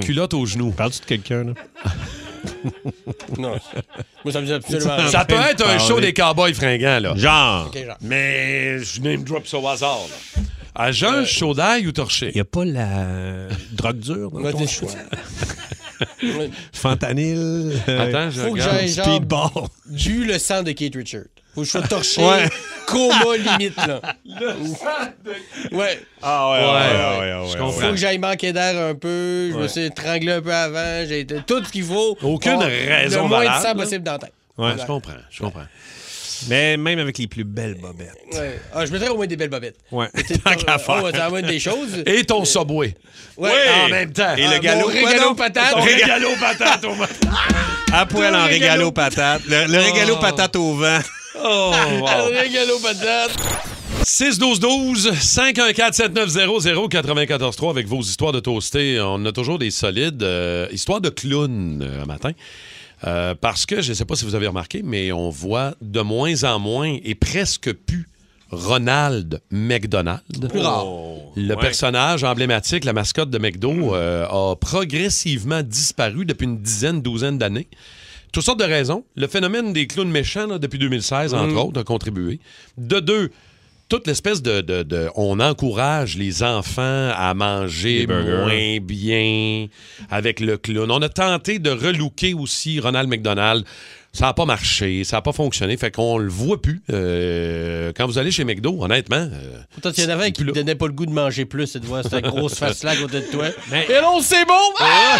[SPEAKER 3] culottes aux genoux.
[SPEAKER 4] Parles-tu de quelqu'un, là?
[SPEAKER 5] Non. Moi, ça me dit absolument rien.
[SPEAKER 3] Ça peut être un show des cowboys fringants, là.
[SPEAKER 4] Genre.
[SPEAKER 5] Ok, genre.
[SPEAKER 3] Mais je name drop ça au hasard, là. À
[SPEAKER 5] Euh,
[SPEAKER 3] jeun, chaud d'ail ou torché?
[SPEAKER 4] Il n'y a pas la drogue dure dans
[SPEAKER 5] Moi,
[SPEAKER 4] ton
[SPEAKER 5] des
[SPEAKER 4] choix.
[SPEAKER 5] choix. Ouais.
[SPEAKER 4] Fentanyl. euh,
[SPEAKER 3] Attends, je
[SPEAKER 5] Faut que
[SPEAKER 3] regarde.
[SPEAKER 5] j'aille genre-
[SPEAKER 4] Speedball.
[SPEAKER 5] Bu le sang de Kate Richard. Faut que je sois torché,
[SPEAKER 4] Ouais.
[SPEAKER 5] coma limite, là. Ouais.
[SPEAKER 4] Ah
[SPEAKER 3] ouais,
[SPEAKER 4] ouais, ouais, ouais,
[SPEAKER 3] je
[SPEAKER 4] ouais,
[SPEAKER 5] Faut
[SPEAKER 3] comprends.
[SPEAKER 5] que j'aille manquer d'air un peu, je me
[SPEAKER 4] Ouais.
[SPEAKER 5] suis étranglé un peu avant, j'ai été- tout ce qu'il faut.
[SPEAKER 3] Aucune
[SPEAKER 5] Bon,
[SPEAKER 3] raison
[SPEAKER 5] Le moins
[SPEAKER 3] valable,
[SPEAKER 5] de sang
[SPEAKER 3] là.
[SPEAKER 5] possible dans la tête.
[SPEAKER 4] Ouais.
[SPEAKER 3] Je comprends, je comprends.
[SPEAKER 4] Mais même avec les plus belles bobettes.
[SPEAKER 5] Ouais. Ah, je mettrais au moins des belles bobettes.
[SPEAKER 4] Ouais.
[SPEAKER 5] C'est-
[SPEAKER 4] Tant qu'à faire.
[SPEAKER 5] Oh, ça va être des choses. Euh,
[SPEAKER 3] Et ton subway.
[SPEAKER 5] Ouais,
[SPEAKER 3] En même temps.
[SPEAKER 4] Et
[SPEAKER 5] Ah,
[SPEAKER 4] le galop.
[SPEAKER 5] mon régalo
[SPEAKER 4] quoi, non?
[SPEAKER 5] patate.
[SPEAKER 4] Ton
[SPEAKER 5] Ton
[SPEAKER 4] régalo-
[SPEAKER 3] Galop patate au
[SPEAKER 4] À poil en
[SPEAKER 5] Deux
[SPEAKER 4] régalo
[SPEAKER 5] régalo-
[SPEAKER 4] patate. Le, le régalo patate au vent.
[SPEAKER 3] Oh,
[SPEAKER 5] Ah,
[SPEAKER 3] wow.
[SPEAKER 5] le régalo patate.
[SPEAKER 3] 6-12-12, 514-7900-943 avec vos histoires de toasté. On a toujours des solides. euh, histoires de clown euh, un matin. Euh, parce que, je ne sais pas si vous avez remarqué, mais on voit de moins en moins et presque plus Ronald McDonald. Oh,
[SPEAKER 5] Plus rare.
[SPEAKER 3] Le personnage emblématique, la mascotte de McDo, euh, a progressivement disparu depuis une dizaine, douzaine d'années. Toutes sortes de raisons. Le phénomène des clowns méchants, là, depuis 2016,
[SPEAKER 5] Mm.
[SPEAKER 3] entre autres, a contribué. De deux, toute l'espèce de, de- de- On encourage les enfants à
[SPEAKER 4] Des
[SPEAKER 3] manger
[SPEAKER 4] burgers.
[SPEAKER 3] moins bien avec le clown. On a tenté de relooker aussi Ronald McDonald Ça n'a pas marché, ça n'a pas fonctionné, fait qu'on le voit plus. Euh, quand vous allez chez McDo, honnêtement, euh,
[SPEAKER 5] Toi, tu en avais un qui ne donnait pas le goût de manger plus et de voir cette grosse face-là à côté de toi.
[SPEAKER 4] Mais-
[SPEAKER 5] Et non, c'est bon!
[SPEAKER 4] Oh,
[SPEAKER 5] Ah!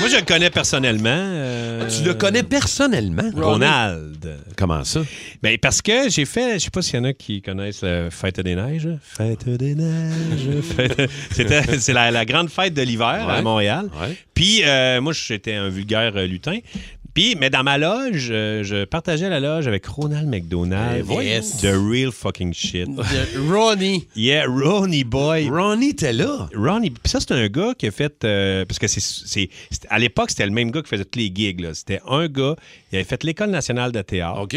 [SPEAKER 4] Moi, je le connais personnellement. euh,
[SPEAKER 3] tu le connais personnellement,
[SPEAKER 4] Ronald.
[SPEAKER 3] Comment ça?
[SPEAKER 4] Ben parce que j'ai fait, je sais pas s'il y en a qui connaissent la Fête des Neiges. Fête des Neiges. Fête- C'était- C'est la, la grande fête de l'hiver à
[SPEAKER 16] Ouais.
[SPEAKER 4] Montréal. Puis euh, moi, j'étais un vulgaire euh, lutin. Puis, mais dans ma loge, euh, je partageais la loge avec Ronald
[SPEAKER 5] Eh,
[SPEAKER 4] McDonald.
[SPEAKER 5] voyons. Yes.
[SPEAKER 4] The real fucking shit.
[SPEAKER 5] De Ronnie.
[SPEAKER 4] Yeah, Ronnie Boy.
[SPEAKER 3] Ronnie était là.
[SPEAKER 4] Ronnie, puis ça, c'est un gars qui a fait. euh, parce que c'est, c'est- c'est- à l'époque, c'était le même gars qui faisait tous les gigs. là. C'était un gars. Il avait fait l'École nationale de théâtre.
[SPEAKER 3] OK.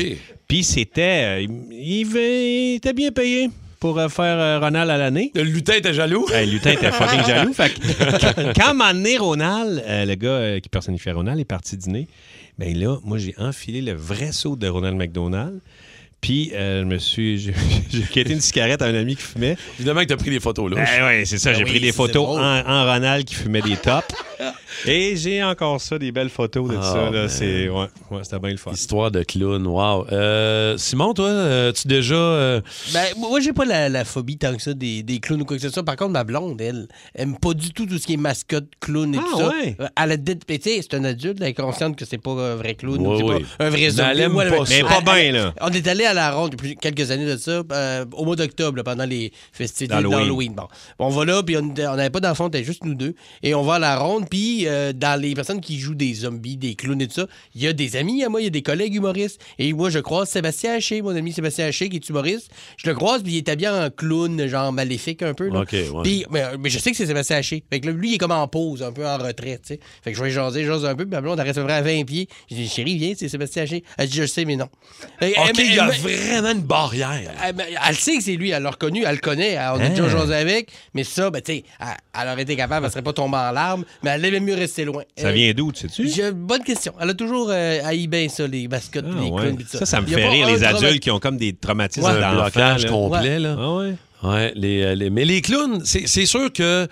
[SPEAKER 4] Puis c'était. euh, il, il était bien payé pour euh, faire euh, Ronald à l'année.
[SPEAKER 3] Le lutin était jaloux.
[SPEAKER 4] le lutin était fucking jaloux. Fait que, quand m'a amené Ronald, euh, le gars euh, qui personnifiait Ronald est parti dîner, ben là, moi, j'ai enfilé le vrai saut de Ronald McDonald. Puis, euh, je me suis. j'ai- J'ai quitté une cigarette à un ami qui fumait.
[SPEAKER 3] évidemment que tu as pris des photos là.
[SPEAKER 4] Ben ouais, c'est ça. j'ai pris des photos en, en Ronald qui fumait des tops. Et j'ai encore ça, des belles photos de
[SPEAKER 3] Ah,
[SPEAKER 4] ça. là.
[SPEAKER 3] man.
[SPEAKER 4] C'est, ouais, ouais, c'était bien le fun.
[SPEAKER 3] Histoire de clown, wow. Euh, Simon, toi, euh, tu déjà. euh,
[SPEAKER 5] Ben, moi, j'ai pas la, la phobie tant que ça des, des clowns ou quoi que ce soit. Par contre, ma blonde, elle, aime pas du tout tout ce qui est mascotte, clown et
[SPEAKER 4] Ah,
[SPEAKER 5] tout ça.
[SPEAKER 4] ouais?
[SPEAKER 5] Euh, Elle a dit, mais tu sais, c'est un adulte, elle est consciente que c'est pas un vrai clown, ou
[SPEAKER 4] Oui,
[SPEAKER 5] c'est
[SPEAKER 4] oui.
[SPEAKER 5] pas un vrai
[SPEAKER 4] Mais
[SPEAKER 5] zombie.
[SPEAKER 4] elle aime
[SPEAKER 5] ou
[SPEAKER 4] pas ça. Mais pas bien,
[SPEAKER 5] elle-
[SPEAKER 4] là.
[SPEAKER 5] On est allé à la ronde depuis quelques années de ça, euh, au mois d'octobre, là, pendant les festivités
[SPEAKER 4] D'Halloween.
[SPEAKER 5] d'Halloween. Bon. On va là, puis on était- on n'avait pas d'enfants, on était juste nous deux. Et on va à la ronde, puis euh, dans les personnes qui jouent des zombies, des clowns et tout ça, il y a des amis à moi, il y a des collègues humoristes. Et moi, je croise Sébastien Haché, mon ami Sébastien Haché, qui est humoriste. Je le croise, puis il est habillé en clown, genre maléfique un peu. là.
[SPEAKER 3] OK, ouais.
[SPEAKER 5] Puis, mais, mais je sais que c'est Sébastien Haché. Fait que là, lui, il est comme en pause, un peu en retraite, tu sais. Fait que je vais jaser, j'ose un peu, puis ma blonde, elle reste à peu près à 20 pieds. Je dis, chérie, viens, c'est Sébastien Haché. Elle dit, je sais, mais non. Fait que,
[SPEAKER 3] OK,
[SPEAKER 5] elle-
[SPEAKER 3] il y a
[SPEAKER 5] elle-
[SPEAKER 3] vraiment une barrière.
[SPEAKER 5] elle, mais elle sait que c'est lui, elle l'a reconnu, elle le connaît, elle- on a
[SPEAKER 3] Hein?
[SPEAKER 5] déjà joué avec, mais ça, ben, tu sais, elle, elle aurait été capable, elle serait pas tombée en larmes, mais elle aimait mieux rester loin.
[SPEAKER 4] Ça
[SPEAKER 5] Euh,
[SPEAKER 4] vient d'où, tu sais-tu?
[SPEAKER 5] j'ai- Bonne question. Elle a toujours euh, haï bien ça, les mascottes,
[SPEAKER 4] Ah,
[SPEAKER 5] les
[SPEAKER 4] ouais.
[SPEAKER 5] clowns, pis ça.
[SPEAKER 4] Ça, ça me
[SPEAKER 5] Y a
[SPEAKER 4] fait
[SPEAKER 5] pas
[SPEAKER 4] rire,
[SPEAKER 5] un
[SPEAKER 4] les
[SPEAKER 5] traumatisme.
[SPEAKER 4] adultes qui ont comme des traumatismes
[SPEAKER 3] Ouais, un
[SPEAKER 4] d'enfants,
[SPEAKER 3] blocage
[SPEAKER 4] là.
[SPEAKER 3] complet.
[SPEAKER 4] Ouais.
[SPEAKER 3] Là.
[SPEAKER 4] Ah ouais.
[SPEAKER 3] Ouais, les, euh, les- mais les clowns, c'est c'est sûr que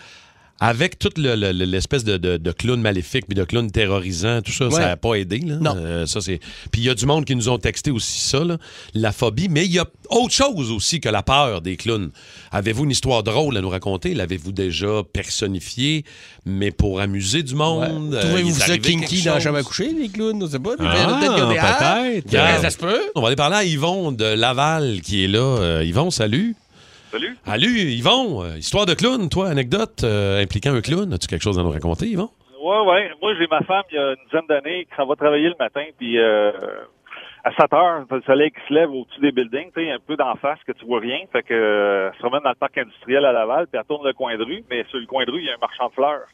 [SPEAKER 3] avec toute le- le- le- l'espèce de, de- de clown maléfique puis de clown terrorisant, tout ça,
[SPEAKER 5] Ouais.
[SPEAKER 3] ça n'a pas aidé. Là. Euh, ça, c'est... Puis il y a du monde qui nous ont texté aussi ça, là, la phobie. Mais il y a autre chose aussi que la peur des clowns. Avez-vous une histoire drôle à nous raconter? L'avez-vous déjà personnifié, mais pour amuser du monde? Euh, il
[SPEAKER 5] Trouvez-vous
[SPEAKER 3] est
[SPEAKER 5] ça
[SPEAKER 3] arrivé
[SPEAKER 5] kinky
[SPEAKER 3] quelque
[SPEAKER 5] dans la
[SPEAKER 3] chose?
[SPEAKER 5] chambre à coucher, les clowns? On sait pas. mais
[SPEAKER 3] Ah,
[SPEAKER 5] peut-être qu'on est- Ah,
[SPEAKER 3] Regarde.
[SPEAKER 5] Ça se peut.
[SPEAKER 3] On va aller parler à Yvon de Laval qui est là. Euh, Yvon, salut.
[SPEAKER 17] Salut.
[SPEAKER 3] Salut, Yvon. Euh, histoire de clown, toi, anecdote euh, impliquant un clown. As-tu quelque chose à nous raconter, Yvon?
[SPEAKER 17] Ouais, ouais. Moi, j'ai ma femme, il y a une dizaine d'années, qui s'en va travailler le matin, puis euh, à 7 heures, t'as le soleil qui se lève au-dessus des buildings, tu sais, un peu d'en face, que tu vois rien. Fait que, euh, elle se promène dans le parc industriel à Laval, puis elle tourne le coin de rue, mais sur le coin de rue, il y a un marchand de fleurs,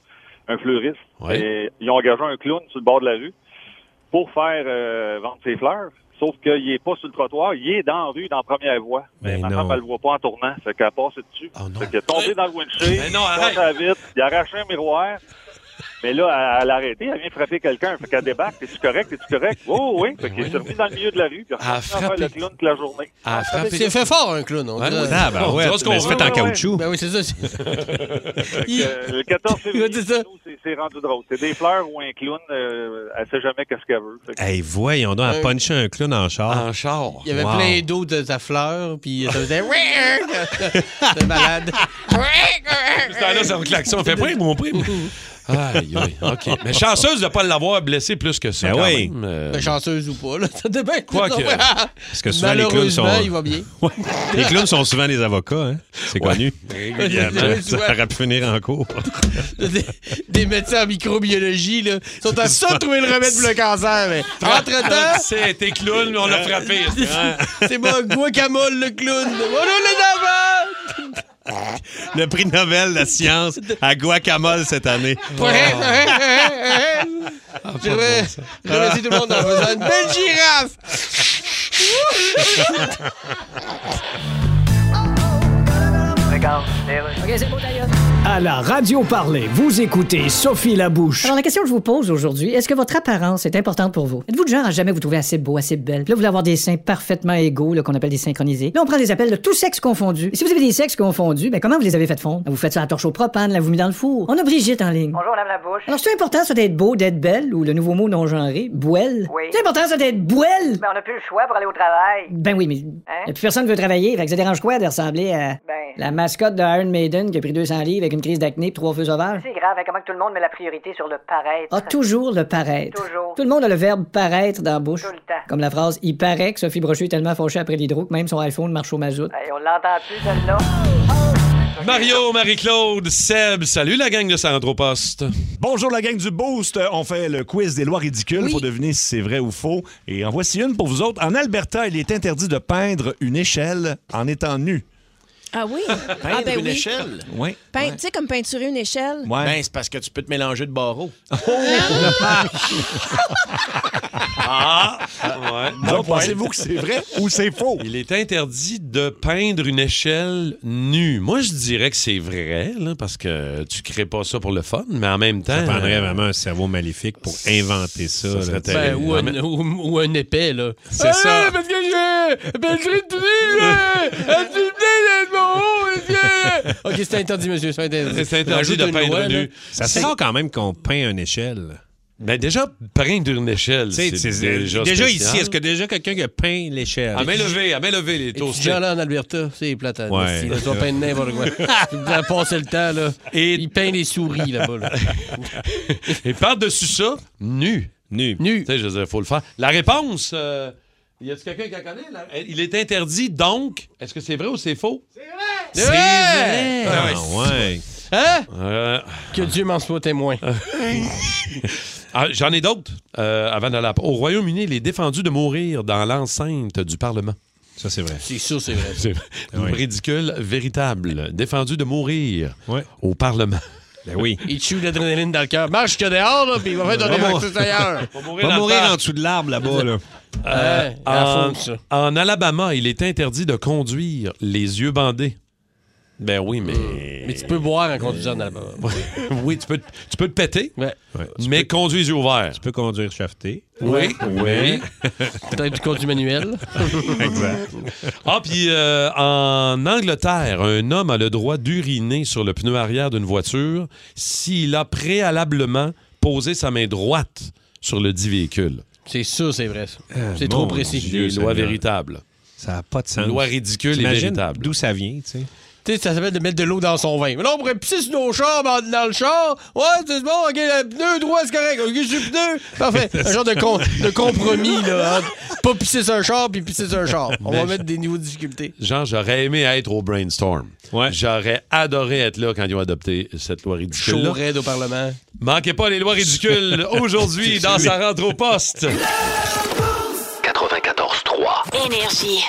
[SPEAKER 17] un fleuriste.
[SPEAKER 3] Ouais.
[SPEAKER 17] Et ils ont engagé un clown sur le bord de la rue pour faire euh, vendre ses fleurs. Sauf qu'il est pas sur le trottoir, il est dans la rue, dans la première voie.
[SPEAKER 4] Mais
[SPEAKER 17] ma
[SPEAKER 4] non. Oh
[SPEAKER 17] femme, elle le voit pas en tournant. Fait qu'elle passe dessus. Fait qu'elle est tombée dans le windshield.
[SPEAKER 3] Mais non,
[SPEAKER 17] il passe
[SPEAKER 3] arrête.
[SPEAKER 17] à la vitre, il a arraché un miroir. Mais là, elle, elle a arrêté, elle vient frapper quelqu'un. Fait qu'elle débarque. Es-tu correct? Es-tu correct? Oh oui. Fait qu'il s'est remis dans le milieu de la rue. Puis elle a continué à faire le clown toute la journée.
[SPEAKER 3] Ah,
[SPEAKER 5] C'est fait fort, un clown. On
[SPEAKER 17] Ouais,
[SPEAKER 5] dirait.
[SPEAKER 17] ouais, Ah, ben on ouais, dirait ce qu'on mais c'est veut. fait en Ouais, ouais. caoutchouc.
[SPEAKER 5] Ben oui, c'est ça. c'est-
[SPEAKER 17] Fait que, euh, le 14 février, nous, c'est- c'est rendu drôle. C'est des fleurs ou un clown, euh, elle sait jamais qu'est-ce qu'elle veut. Fait que-
[SPEAKER 4] Hey, voyons donc, à
[SPEAKER 17] Un-
[SPEAKER 5] Euh,
[SPEAKER 4] puncher un clown en char.
[SPEAKER 3] En char.
[SPEAKER 5] Il y avait
[SPEAKER 4] Wow.
[SPEAKER 5] plein d'eau de sa fleur, puis ça faisait. C'était malade.
[SPEAKER 3] là, ça me claque ça. On fait prime, mon prime. Aïe, aïe, OK. Mais chanceuse de ne pas l'avoir blessé plus que ça.
[SPEAKER 4] Ben
[SPEAKER 3] quand
[SPEAKER 4] oui.
[SPEAKER 3] même. Euh,
[SPEAKER 5] Ben, chanceuse ou pas, là. Ah, Ça dépend.
[SPEAKER 3] Quoi que-
[SPEAKER 4] Parce que souvent, les clowns sont-
[SPEAKER 5] Malheureusement, il va bien.
[SPEAKER 4] Ouais. Les clowns sont souvent des avocats, hein? C'est connu.
[SPEAKER 5] Ouais,
[SPEAKER 4] Régulièrement.
[SPEAKER 5] c'est
[SPEAKER 4] Ça
[SPEAKER 5] vrai.
[SPEAKER 4] aurait pu finir en cours.
[SPEAKER 5] des, des médecins en microbiologie, là, sont à ça de trouver le remède pour le cancer, mais
[SPEAKER 11] Ah,
[SPEAKER 5] Ah, entre-temps,
[SPEAKER 3] Ah,
[SPEAKER 5] Euh,
[SPEAKER 3] C'est t'es clown, mais on l'a frappé.
[SPEAKER 5] c'est moi, Ah, guacamole, le clown. Voilà le
[SPEAKER 3] Ah.
[SPEAKER 4] Le prix Nobel de la science à Guacamole cette année.
[SPEAKER 5] d'avant!
[SPEAKER 3] Ah,
[SPEAKER 5] Je vais je vais laisser tout le monde en faisant une belle girafe!
[SPEAKER 7] OK, c'est beau, ta gueule.
[SPEAKER 6] À la radio parler, vous écoutez Sophie Labouche.
[SPEAKER 7] Alors, la question que je vous pose aujourd'hui, est-ce que votre apparence est importante pour vous? Êtes-vous de genre à jamais vous trouver assez beau, assez belle? Puis là, vous voulez avoir des seins parfaitement égaux, là, qu'on appelle des synchronisés. Là, on prend des appels de tous sexes confondus. Et si vous avez des sexes confondus, ben, comment vous les avez fait fondre? Vous faites ça à la torche au propane, la vous mis dans le four. On a Brigitte en ligne.
[SPEAKER 16] Bonjour, Madame Labouche.
[SPEAKER 7] Alors, c'est important, ça, d'être beau, d'être belle, ou le nouveau mot non-genré, bouelle?
[SPEAKER 16] Oui.
[SPEAKER 7] C'est important, ça, d'être bouelle?
[SPEAKER 16] Mais on n'a plus le choix pour aller au travail.
[SPEAKER 7] Ben oui, mais
[SPEAKER 16] Hein?
[SPEAKER 7] y a plus personne qui veut travailler, fait que ça dérange quoi de ressembler à
[SPEAKER 16] Ben.
[SPEAKER 7] la mascotte de Iron Maiden qui a pris 200 livres avec une crise d'acné et trois feux sauvages?
[SPEAKER 16] C'est grave, hein, comment que tout le monde met la priorité sur le paraître.
[SPEAKER 7] A Ah, toujours le paraître.
[SPEAKER 16] Toujours.
[SPEAKER 7] Tout le monde a le verbe paraître dans la bouche.
[SPEAKER 16] Tout le temps.
[SPEAKER 7] Comme la phrase Il paraît que Sophie Brochu est tellement fauchée après l'hydro que même son iPhone marche au mazout.
[SPEAKER 16] Hey, Ben, on l'entend plus, celle-là.
[SPEAKER 3] Mario, Marie-Claude, Seb, salut la gang de Sandropost.
[SPEAKER 18] Bonjour la gang du Boost. Euh, On fait le quiz des lois ridicules pour deviner si c'est vrai ou faux. Et en voici une pour vous autres. En Alberta, il est interdit de peindre une échelle en étant nu.
[SPEAKER 19] Ah oui? ah ben oui.
[SPEAKER 18] Oui.
[SPEAKER 19] Pein- Tu sais, comme peinturer une échelle.
[SPEAKER 5] Ben, c'est parce que tu peux te mélanger de barreaux.
[SPEAKER 3] Oh! Ah!
[SPEAKER 18] Donc, pensez-vous que c'est vrai ou c'est faux?
[SPEAKER 3] Il est interdit de peindre une échelle nue. Moi, je dirais que c'est vrai, là, parce que tu crées pas ça pour le fun, mais en même temps.
[SPEAKER 4] Ça prendrait
[SPEAKER 3] euh,
[SPEAKER 4] vraiment un cerveau maléfique pour inventer ça.
[SPEAKER 3] Ça serait
[SPEAKER 4] là, Ben, tu
[SPEAKER 3] terrible.
[SPEAKER 5] ben,
[SPEAKER 4] sais.
[SPEAKER 5] ou, un, ou- ou un épais, là. Ah,
[SPEAKER 4] C'est ça.
[SPEAKER 5] Parce que j'ai. Ben, je l'ai tenu, là. Elle s'est tenue, là, mon haut, monsieur. Ok, c'est interdit, monsieur. C'est interdit. Rajoute une loi, là.
[SPEAKER 4] Ça se sent quand même qu'on peint une échelle.
[SPEAKER 3] Ben déjà, peindre une échelle,
[SPEAKER 4] Tu sais,
[SPEAKER 3] c'est
[SPEAKER 4] c'est-
[SPEAKER 3] déjà
[SPEAKER 4] déjà
[SPEAKER 3] spécial.
[SPEAKER 4] ici, est-ce que déjà quelqu'un qui a peint l'échelle?
[SPEAKER 5] Ah,
[SPEAKER 3] À main levée, à main levée, les
[SPEAKER 5] Et
[SPEAKER 3] toastés.
[SPEAKER 5] déjà là en Alberta, c'est plate. à-
[SPEAKER 4] Ouais.
[SPEAKER 5] si, là, Tu vas peindre n'importe quoi. Tu vas passer le temps, là. Il peint des souris, là-bas. là.
[SPEAKER 3] Et par-dessus ça, nu. Nu. Nu. Tu sais, je veux dire, faut le faire. La réponse, euh, y a-tu quelqu'un qui la connaît? La- euh, Il est interdit, donc, est-ce que c'est vrai ou c'est faux? C'est vrai! C'est vrai! Euh,
[SPEAKER 5] Ah
[SPEAKER 3] ouais.
[SPEAKER 5] Hein?
[SPEAKER 3] Que Dieu m'en soit témoin. Ah, J'en ai d'autres euh, avant d'aller à- Au Royaume-Uni, il est défendu de mourir dans l'enceinte du Parlement.
[SPEAKER 4] Ça, c'est vrai. Ah
[SPEAKER 5] C'est sûr, c'est vrai.
[SPEAKER 3] C'est ridicule véritable. Défendu de mourir au Parlement. Ben oui.
[SPEAKER 5] Il te shoot l'adrénaline dans le cœur. Marche jusque dehors, là, Ah, puis il va faire
[SPEAKER 3] Va
[SPEAKER 5] ton
[SPEAKER 3] mou-
[SPEAKER 5] exercice ailleurs.
[SPEAKER 3] Va
[SPEAKER 4] Va
[SPEAKER 3] dans le
[SPEAKER 4] mourir
[SPEAKER 3] parc.
[SPEAKER 4] en dessous de l'arbre là-bas. Là.
[SPEAKER 3] Euh,
[SPEAKER 5] Ouais, la
[SPEAKER 3] en,
[SPEAKER 5] faute, ça.
[SPEAKER 3] en Alabama, il est interdit de conduire les yeux bandés. Ben oui, mais.
[SPEAKER 5] Mm. Mais tu peux boire en conduisant dans la
[SPEAKER 3] oui, tu peux, te- tu peux te péter, mais conduis les yeux ouverts. Tu
[SPEAKER 4] peux conduire shafté.
[SPEAKER 3] Oui,
[SPEAKER 4] Ouais.
[SPEAKER 3] oui.
[SPEAKER 5] Peut-être du conduit manuel.
[SPEAKER 4] Exact.
[SPEAKER 3] Ah, puis euh, en Angleterre, un homme a le droit d'uriner sur le pneu arrière d'une voiture s'il a préalablement posé sa main droite sur le dit véhicule.
[SPEAKER 5] C'est sûr, c'est vrai. ça.
[SPEAKER 4] Ah,
[SPEAKER 5] C'est trop
[SPEAKER 4] mon
[SPEAKER 5] précis.
[SPEAKER 4] Dieu,
[SPEAKER 3] Des lois
[SPEAKER 4] Seigneur.
[SPEAKER 3] véritables.
[SPEAKER 4] Ça n'a pas de sens.
[SPEAKER 3] Loi ridicule et
[SPEAKER 4] T'imagines
[SPEAKER 3] véritable.
[SPEAKER 4] D'où ça vient, tu sais.
[SPEAKER 5] Tu sais, ça s'appelle de mettre de l'eau dans son vin. Mais là, on pourrait pisser sur nos chars dans, dans le char. Ouais, c'est bon, ok, le pneu droit, c'est correct. Ok, je suis pneu. Parfait. Un genre de, com- de compromis, là. entre Pas pisser sur un char, puis pisser sur un char. On va
[SPEAKER 3] Mais-
[SPEAKER 5] mettre des niveaux de difficulté.
[SPEAKER 3] Genre, j'aurais aimé être au brainstorm. J'aurais adoré être là quand ils ont adopté cette loi
[SPEAKER 5] Chaud
[SPEAKER 3] ridicule.
[SPEAKER 5] raide au Parlement.
[SPEAKER 3] Manquez pas les lois ridicules aujourd'hui dans sa rentre au poste.
[SPEAKER 2] 94-3.
[SPEAKER 1] Énergie.